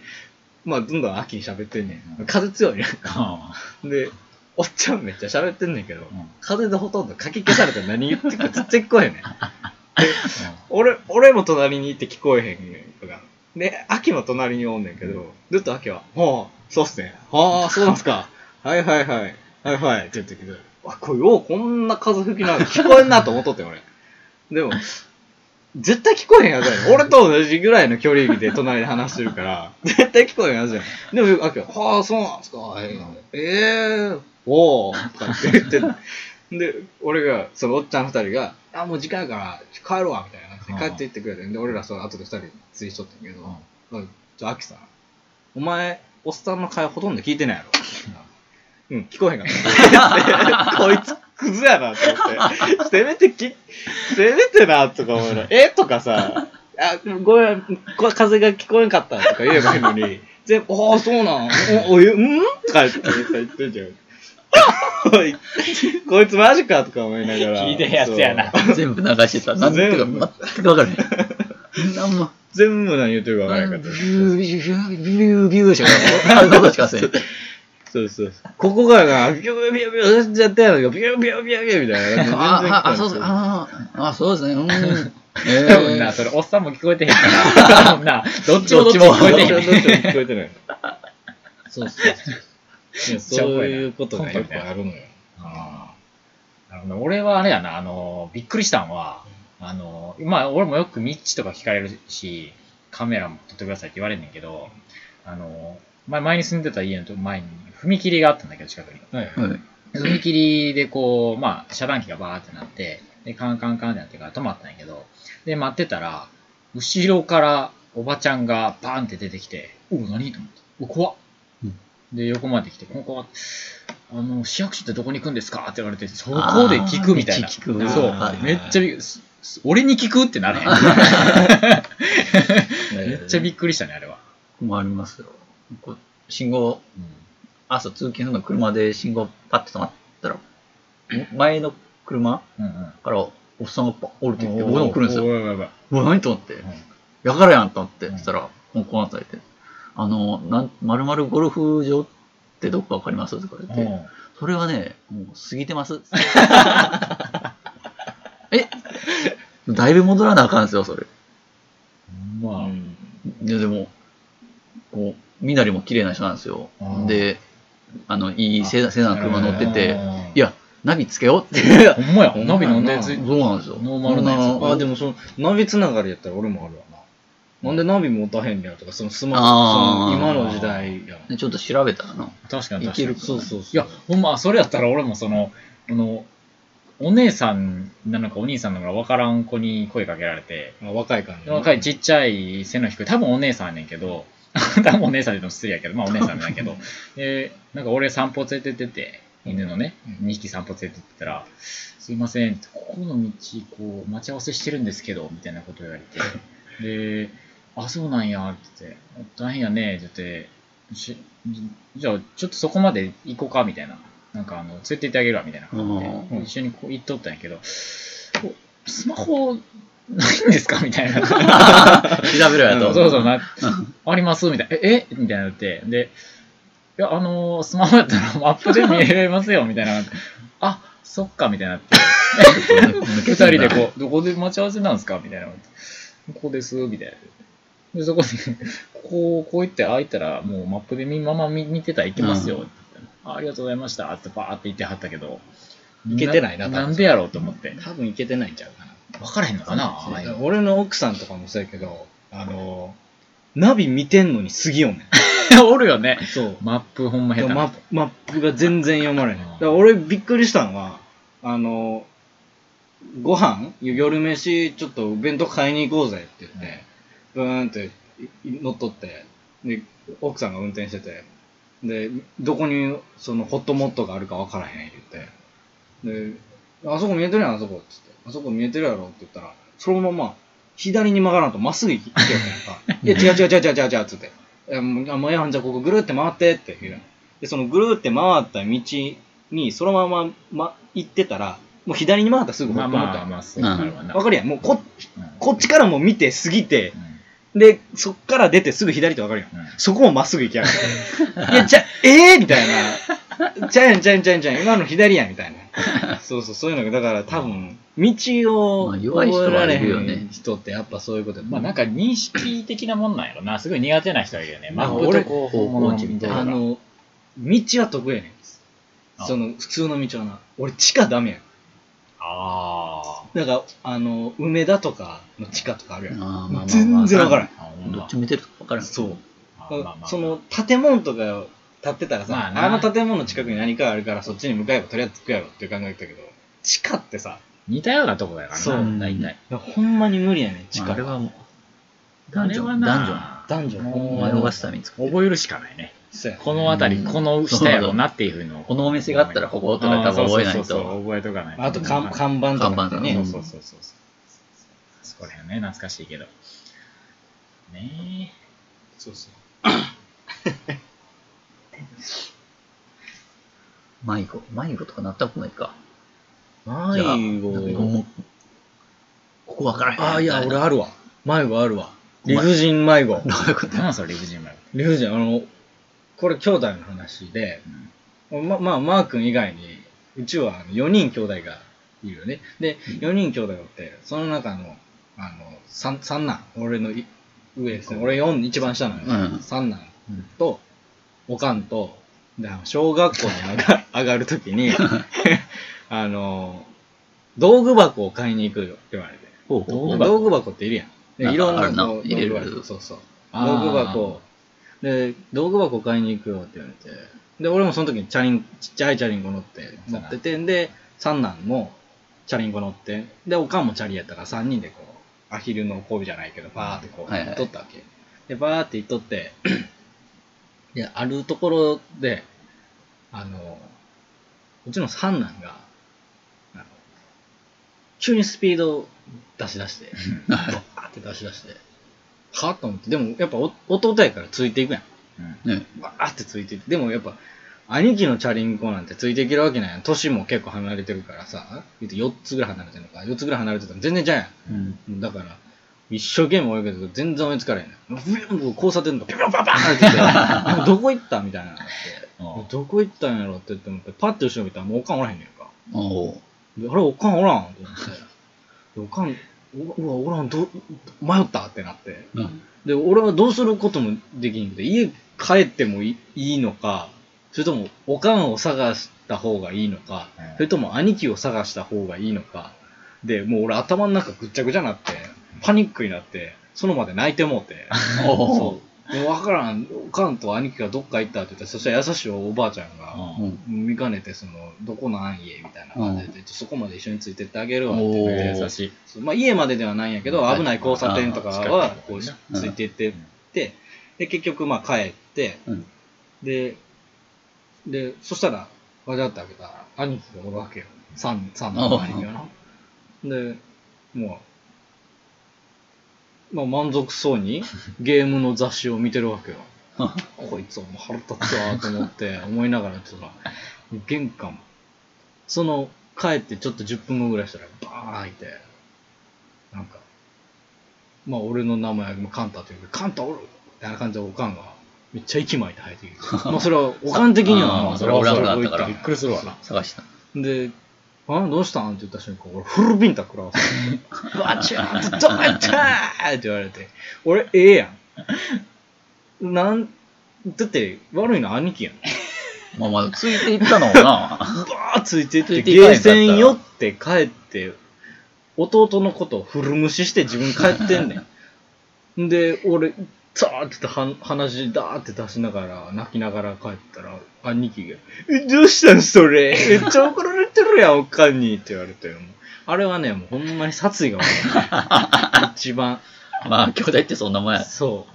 Speaker 1: まあどんどん秋に喋ってんねん。風強いね
Speaker 2: あ
Speaker 1: ん。で、おっちゃんめっちゃ喋ってんねんけど、
Speaker 2: ーうんうん
Speaker 1: 風でほとんどかき消されて何言ってるか絶対聞こえへんねん。俺、俺も隣にいて聞こえへんねんとか。で、秋も隣におんねんけど、ずっと秋は、はあ、そうっすね。はあ、そうなんすか。はいはいはい。はいはい。って言ってきて、あ、これようこんな風吹きながら聞こえんなと思っとってん俺。でも、絶対聞こえへんやつやん。 *laughs* 俺と同じぐらいの距離で隣で話してるから、 *laughs* 絶対聞こえへんやつやん。でも、秋は、はあ、そうなんすか。はいええー、おー、とかって言って *laughs* で、俺が、そのおっちゃん二人が、あ、もう時間やから帰ろうわ、みたいな感じで帰って行ってくれて、で、俺らその後で二人釣りしとったんやけど、うんじゃあ、アキさん、お前、おっさんの会話ほとんど聞いてないや *laughs* ろ。うん、聞こえへんかった。 *laughs* こいつ、クズやなと思って。せめてき、せめてな、とか思うの。えとかさ、あ、ごめん、こ風が聞こえんかったとか言えばいいのに、全部、ああ、そうなん、お、お、えうんとか言って言ってんじゃん。 *laughs* おいこいつマジかとか思いながら。
Speaker 2: 聞いてへんやつやな
Speaker 1: そう
Speaker 3: 全部流してた。なんていうか全く分からへん。なんも。
Speaker 1: 全部何言ってるか分からへんか
Speaker 3: ビ
Speaker 1: っ
Speaker 3: ュ
Speaker 1: た。
Speaker 3: ービュービュービュービューしかあんなことしかせん。
Speaker 1: そうそうそう。ここがな、ビュービュービューってやってんのよ。ビュービュービュービューみたいな感じで。
Speaker 3: あ、あ、あ、そうです。
Speaker 1: か。
Speaker 3: ああ、あ、そうですね。うん。
Speaker 2: 多分な、
Speaker 3: え
Speaker 2: それおっさんも聞こえ
Speaker 3: *laughs*
Speaker 2: てへんから、多分な、どっちもどっちも聞こえてへん
Speaker 1: どっ
Speaker 2: ね
Speaker 1: ちもどっちも聞こえてない。そうそうそう。いや
Speaker 2: ちゃ
Speaker 1: そ
Speaker 2: おも
Speaker 1: う
Speaker 2: ろいな
Speaker 1: いうことがよくあるのよ。
Speaker 2: あーなるほど俺はあれやな、あの、びっくりしたんは、あの、まあ、俺もよくミッチとか聞かれるし、カメラも撮ってくださいって言われんねんけど、あの、前前に住んでた家の前に踏切があったんだけど、近くに。
Speaker 1: はい
Speaker 3: ーはい
Speaker 2: 踏切でこう、まあ、遮断機がバーってなって、で、カンカンカンってなってから止まったんやけど、で、待ってたら、後ろからおばちゃんがバーンって出てきて、お何と思って、お怖っ。
Speaker 3: うん
Speaker 2: で、横まで来て、ここ、あの、市役所ってどこに行くんですかって言われて、そこで聞くみたいな。
Speaker 3: あー聞く
Speaker 2: そう
Speaker 3: はい。
Speaker 2: めっちゃびっすす俺に聞くってなれへん。めっちゃびっくりしたね、あれは。
Speaker 3: 困りますよ。こう信号、朝通勤するの車で信号パッて止まったら、前の車
Speaker 2: うんうん。
Speaker 3: からおっさんがパッ降りてきて、
Speaker 2: おー
Speaker 3: 僕も来るんですよ。
Speaker 2: おーやばいやばいやばいう
Speaker 3: わ、何と思って
Speaker 2: うん。
Speaker 3: やからやんと思って、
Speaker 2: うん
Speaker 3: そしたら、もうこうなされて、あの、なん、まるまるゴルフ場ってどっかわかりますとか言って、
Speaker 2: うん
Speaker 3: それはね、もう過ぎてます。えだいぶ戻らなあかんですよ、それ。
Speaker 2: まあ、
Speaker 1: うん
Speaker 3: いや、でも、こう、みなりも綺麗な人なんですよ
Speaker 2: あー。
Speaker 3: で、あの、いいセダセダンの車乗って
Speaker 2: あ
Speaker 3: て、
Speaker 2: ー
Speaker 3: いや、ナビつけようって。
Speaker 2: ほんまや、
Speaker 1: ほんまや
Speaker 2: ナビ
Speaker 1: な
Speaker 2: なんでつい
Speaker 3: そうなんですよ。
Speaker 2: ノーマルなやつ
Speaker 3: そん
Speaker 1: あ
Speaker 3: な
Speaker 1: でもそのナビつながりやったら俺もあるわな。なんでナビ持たへんねやとか、そのスマ
Speaker 3: あー
Speaker 1: ホ、その今の時代やん。
Speaker 3: ちょっと調べたらな。
Speaker 2: 確かに確かに。
Speaker 3: いける
Speaker 1: そうそうそう。
Speaker 2: いや、ほんま、それやったら俺もその、あの、お姉さんなのかお兄さんなのか分からん子に声かけられて、
Speaker 1: あ若い感じ。
Speaker 2: 若いちっちゃい背の低い、多分お姉さんやねんけど、 *laughs* 多分お姉さんでも失礼やけど、まあお姉さんなんやけ
Speaker 1: *laughs*
Speaker 2: ど、で、なんか俺散歩連れてってて、犬のね、
Speaker 1: うん
Speaker 2: 2匹散歩連れてってたら、すいません、ここの道、こう、待ち合わせしてるんですけど、みたいなこと言われて、で、あ、そうなんや、って言って、大変やね、って言って、しじゃあ、ちょっとそこまで行こうか、みたいな。なんか、あの、連れて行ってあげるわ、みたいな感じ
Speaker 3: う
Speaker 2: で、
Speaker 1: ん
Speaker 2: 一緒にこう行っとったんやけど、おスマホ、ないんですかみたいな。
Speaker 3: 調べろや
Speaker 1: ん
Speaker 3: と。
Speaker 2: *laughs* そうそうな、ありますみたいな。え、えみたいなって。で、いや、あのースマホやったらマップで見えますよ、みたいな。あ、そっか、みたいな
Speaker 1: *laughs*
Speaker 2: って。
Speaker 3: 抜
Speaker 2: 二
Speaker 3: けた
Speaker 2: 人
Speaker 3: んだ
Speaker 2: でこう、どこで待ち合わせなんですかみたいな。ここです、みたいな。で、そこで、こう、こう言って開いたら、もうマップで見まま見見てたら行けますよ、
Speaker 3: うん
Speaker 2: って言ったらあ。ありがとうございました。ってバーって言ってはったけど、
Speaker 1: 行けてないな多分
Speaker 2: なんでやろうと思って。
Speaker 1: 多分いけてないんちゃうかな。
Speaker 2: 分からへんのかなああいうの
Speaker 1: 俺の奥さんとかもそうやけど、あの、ナビ見てんのに過ぎよんね
Speaker 2: *laughs* おるよ
Speaker 1: ん。
Speaker 2: ね。
Speaker 1: *laughs* そう。
Speaker 2: マップほんま下手な
Speaker 1: マ
Speaker 2: 人。
Speaker 1: マップが全然読まれへん。
Speaker 2: う
Speaker 1: だか
Speaker 2: ん
Speaker 1: ら俺びっくりしたのは、あの、ご飯夜飯ちょっとお弁当買いに行こうぜって言って、ブーンってい乗っとって、で、奥さんが運転してて、で、どこにそのホットモットがあるかわからへん言って、で、あそこ見えてるやん、あそこっつって、あそこ見えてるやろって言ったら、そのまま左に曲がらんとまっすぐ行けよ
Speaker 2: *laughs*
Speaker 1: ってやんか。いや、違う違う違う違う違う違うっつって。えもうあもうええわじゃあここぐるって回ってって言うやんでそのぐるって回った道にそのまま、ま、行ってたらもう左に回ったらすぐホッ
Speaker 2: まあ
Speaker 1: トモッ
Speaker 2: ま
Speaker 1: ト
Speaker 2: あ
Speaker 1: やん
Speaker 2: まあ、そうなるわな。
Speaker 1: わかるやんもうこ
Speaker 2: うん
Speaker 1: こっちからも見て過ぎて
Speaker 2: う
Speaker 1: でそっから出てすぐ左ってわかるやん
Speaker 2: んうん
Speaker 1: そこをまっすぐ行きやがって *laughs* いやちゃえー、みたいな「ちゃうやんちゃうやんちゃうやんちゃうやん今の左や」みたいなそうそうそういうのがだから多分道を
Speaker 3: まあ弱い人
Speaker 1: 覚えられ
Speaker 3: はいるよね
Speaker 1: へん人ってやっぱそういうことや
Speaker 2: まあなんか認識的なもんなんやろな。すごい苦手な人はいるよね。
Speaker 1: ま
Speaker 2: マ
Speaker 1: あ
Speaker 2: ップとこう、
Speaker 3: 俺
Speaker 2: 本物のみたいな。
Speaker 1: あの、道は得意やねん。
Speaker 2: あ
Speaker 1: その、普通の道はな。俺、地下ダメやん。
Speaker 2: あ
Speaker 1: だから、あの、梅田とかの地下とかあるや *laughs* ん。
Speaker 3: あーまあまあまあ
Speaker 1: 全然わからん
Speaker 2: ー。あほん
Speaker 3: ど
Speaker 2: ま
Speaker 3: っち見てるか分からん。
Speaker 1: そう。
Speaker 2: あまあまあまあ
Speaker 1: その、建物とかを建ってたらさ、
Speaker 2: まあ
Speaker 1: あ
Speaker 2: な
Speaker 1: の建物の近くに何かあるから、そっちに向かえばとりあえず着くやろっていう考えだったけど、地下ってさ、
Speaker 2: 似たようなとこやか
Speaker 1: そ
Speaker 2: ら
Speaker 1: う
Speaker 2: な、大体。
Speaker 1: ほんまに無理やねん、地
Speaker 3: まあ、
Speaker 1: 下。
Speaker 3: あれはもう、
Speaker 2: あ
Speaker 3: ダン
Speaker 2: れ
Speaker 3: ジョ
Speaker 2: は
Speaker 3: ン、ダンジョン。
Speaker 2: な、
Speaker 1: 男女
Speaker 2: もう
Speaker 1: ほんまに
Speaker 3: 迷わすために作ってる。
Speaker 2: 覚えるしかないね。
Speaker 1: そうやね
Speaker 2: この辺り、
Speaker 3: うん
Speaker 2: この下やろなっていうふうの。
Speaker 3: このお店があったらこことか多分覚えない
Speaker 2: あーそうそうそうそ
Speaker 3: と。
Speaker 2: う覚えとかないと。
Speaker 1: あと、看
Speaker 2: そ
Speaker 1: 看板とかってね
Speaker 3: 看。板
Speaker 1: そ
Speaker 3: と
Speaker 1: う
Speaker 3: か
Speaker 1: そうそうそう。
Speaker 2: こら辺ね、懐かしいけど。ね
Speaker 1: そうそう。
Speaker 3: 迷子。迷子とかなったことないか。
Speaker 1: 迷
Speaker 3: なんか
Speaker 1: 子。
Speaker 3: もうここ分からへん。
Speaker 1: ああ、いや、俺あるわ。迷子あるわ。
Speaker 3: お前
Speaker 1: 理不尽迷子。
Speaker 3: どういうこ
Speaker 2: え。なんなんそれ、理不尽なの
Speaker 1: 理不尽、あの、これ兄弟の話で、ま、まあ、マー君以外に、うちは4人兄弟がいるよね。で、4人兄弟がおって、その中の、あの、三三男、俺のい上ですね。俺4、一番下な
Speaker 3: う
Speaker 1: の、
Speaker 3: ん
Speaker 1: 三男と、おかんと、であの小学校に上が *laughs* 上がると
Speaker 3: *laughs*
Speaker 1: きに、あの、道具箱を買いに行くよって言われて。
Speaker 3: と
Speaker 2: どう
Speaker 1: 道具箱っているやん。
Speaker 3: な
Speaker 1: で
Speaker 3: ん
Speaker 1: い
Speaker 3: か
Speaker 1: ろん
Speaker 3: あ
Speaker 1: な
Speaker 3: るな
Speaker 1: こう
Speaker 3: 入れ
Speaker 1: 道
Speaker 3: る
Speaker 1: 具箱。そうそう。
Speaker 2: あー
Speaker 1: 道具箱。で、道具箱買いに行くよって言われて。で、俺もその時にチャリン、ちっちゃいチャリンコ乗って、
Speaker 2: そう
Speaker 1: 乗
Speaker 2: やな
Speaker 1: ってて、で、三男もチャリンコ乗って、で、おかんもチャリやったから三人でこう、アヒルの交尾じゃないけど、バーってこう、
Speaker 3: はいはい
Speaker 1: 行っとったわけ。で、バーって行っとって、で、あるところで、あの、うちの三男が、あの急にスピードを出し
Speaker 3: *laughs*
Speaker 1: 出して、ドワーって出し出して、はぁと思って、でもやっぱお弟やからついていくや
Speaker 2: うん
Speaker 3: ね。
Speaker 1: ん。わーってついていく。でもやっぱ、兄貴のチャリンコなんてついていけるわけないやん。年も結構離れてるからさ、言うて4つぐらい離れてるのか、4つぐらい離れてたら全然ちゃうやん。だから、一生懸命泳ぐけど、全然追いつかれへんねん。ブヨンブヨン交差点とか、ビョンバンバンって来て、どこ行ったみたいなのがあって、どこ行ったんやろってって思って、パッて後ろ見たら、もうおかんおらへんねんか。
Speaker 3: おう
Speaker 1: であれ、おかんおらんと思って、おかん、おうわ、おらん、ど迷ったってなって。
Speaker 3: うん。
Speaker 1: で、俺はどうすることもできんくて、家帰ってもいいいのか、それとも、おかんを探した方がいいのか、それとも兄貴を探した方がいいのか、で、もう俺頭の中ぐっちゃぐちゃになって、パニックになって、その場で泣いてもうて、
Speaker 3: おう
Speaker 1: そう。でも分からん、おかんと兄貴がどっか行ったって言ったら、そしたら優しいおばあちゃんが、
Speaker 3: う
Speaker 2: うん
Speaker 3: ん
Speaker 1: 見かねて、その、どこなん家みたいな感じで、そこまで一緒についてってあげるわって言って
Speaker 3: おー
Speaker 2: 優しい。
Speaker 1: そうまあ、家までではないんやけど、
Speaker 2: うん
Speaker 1: 危ない交差点とか
Speaker 2: あ
Speaker 1: は
Speaker 2: ー
Speaker 1: こう
Speaker 2: 近
Speaker 3: く
Speaker 1: ついていってって、で結局まあ帰って
Speaker 3: うん。
Speaker 1: ででそしたらわじゃって開けたら兄貴がおるわけよ三三男の兄貴がなでもう、まあ、満足そうにゲームの雑誌を見てるわけよこいつはもう腹立つわと思って *laughs* 思いながらちょっと玄関その帰ってちょっと10分後ぐらいしたらバーン開いてなんかまあ俺の名前もカンタというけどカンタおるみたいな感じでおかんがめっちゃ息巻いて入ってき
Speaker 3: *laughs*
Speaker 1: てまあそれはおかん的には
Speaker 3: あー
Speaker 1: まあ
Speaker 3: それは俺らがあったから
Speaker 1: びっくりするわな
Speaker 3: 探した。
Speaker 1: で「あどうしたん?」って言った瞬間俺フルビンタ食らわされて「バチューンと止まった!」って言われて俺ええやんなんだって悪いの兄貴やん
Speaker 3: まあまあ、ついていったのもな。 *laughs*
Speaker 1: バーッついていっ
Speaker 3: つ
Speaker 1: て
Speaker 3: いていか
Speaker 1: ゲ
Speaker 3: へんかったら
Speaker 1: ーセンよって帰って弟のことを古虫して自分帰ってんね
Speaker 3: *laughs*
Speaker 1: んで俺ザーっては話だーって出しながら泣きながら帰ったら兄貴が「えどうしたんそれめっちゃ怒られてるやんおかんに」って言われてもうあれはねもうほんまに殺意が湧
Speaker 3: *laughs*
Speaker 1: いた一番
Speaker 3: まあ、兄弟ってそんなもんや。
Speaker 1: そ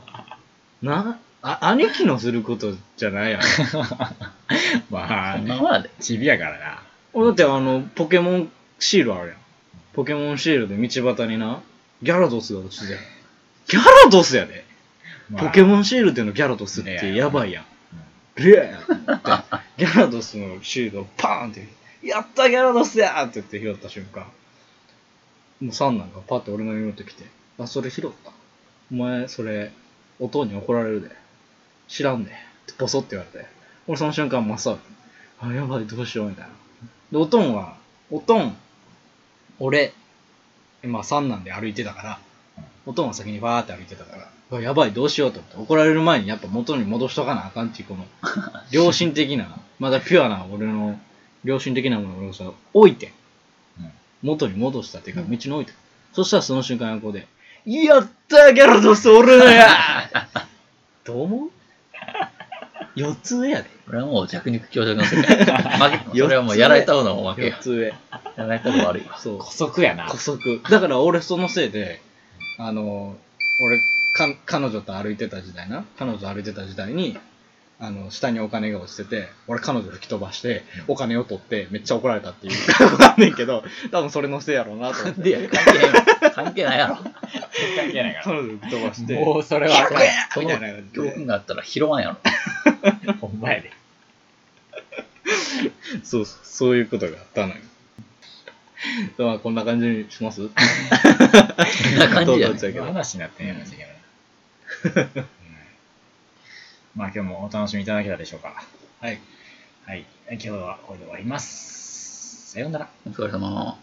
Speaker 1: うなあ兄貴のすることじゃないやん *laughs*
Speaker 2: ま
Speaker 3: そ
Speaker 2: あ
Speaker 3: んな
Speaker 2: ね、
Speaker 3: もんやで。
Speaker 2: チビやからな。
Speaker 1: だってあの、ポケモンシールあるやん。ポケモンシールで道端にな、ギャラドスが落ちてたやん。ギャラドスやで、
Speaker 2: まあ
Speaker 1: ポケモンシールでのギャラドスってやばいやん。レアやんと思って。ギャラドスのシールをパーンって、やったギャラドスやって言って拾った瞬間、もう三男がパッて俺の夢って来て、あ、それ拾った。お前、それ、おとうに怒られるで。知らんで。ってボソって言われて。俺その瞬間真っ青やったあ、やばい、どうしよう、みたいな。で、おとんは、おとん、俺、まあ三男で歩いてたから、おとんは先にバーって歩いてたから、うわやばい、どうしようと思って、怒られる前にやっぱ元に戻しとかなあかんっていう、こ *laughs* の、良心的な、まだピュアな俺の、良心的なものを俺さ、置いて、
Speaker 2: うん
Speaker 1: 元に戻したっていうか、道に置いて。そしたらその瞬間、横で、やったーギャラドスおるのや *laughs* どう *laughs* 思う四つ上やで。
Speaker 3: これはもう弱肉強食の世界。
Speaker 1: *laughs*
Speaker 3: 負けそれはもうやられた方のおまけ
Speaker 1: 四
Speaker 3: よ。
Speaker 1: つ上。
Speaker 3: やられた方が悪いわ。
Speaker 1: そう。
Speaker 2: 古速やな。
Speaker 1: 古速だから俺そのせいであの俺か彼女と歩いてた時代な彼女と歩いてた時代にあの下にお金が落ちてて俺彼女吹き飛ばしてお金を取ってめっちゃ怒られたっていうことなんねんけど多分それのせいやろうなと思っ
Speaker 3: 関
Speaker 1: て
Speaker 3: 係ない関係ないやろ。
Speaker 2: 関係ないか
Speaker 1: 彼女吹き飛ばして
Speaker 2: ら。もうそれは、
Speaker 3: そ
Speaker 1: み
Speaker 3: の
Speaker 1: たいな感じ
Speaker 3: 教
Speaker 1: で
Speaker 3: 訓があったら拾わんやろ。
Speaker 2: ほんまやで。
Speaker 1: そうそういうことがあったのよ *laughs* まあこんな感じにします *laughs* こん
Speaker 3: んな感じやね
Speaker 1: けど
Speaker 2: 話になってんやもん、けど。うんまあ今日もお楽しみいただけたでしょうか。
Speaker 1: はい
Speaker 2: はい。今日はこれで終わります。さようなら。
Speaker 3: お疲れ様。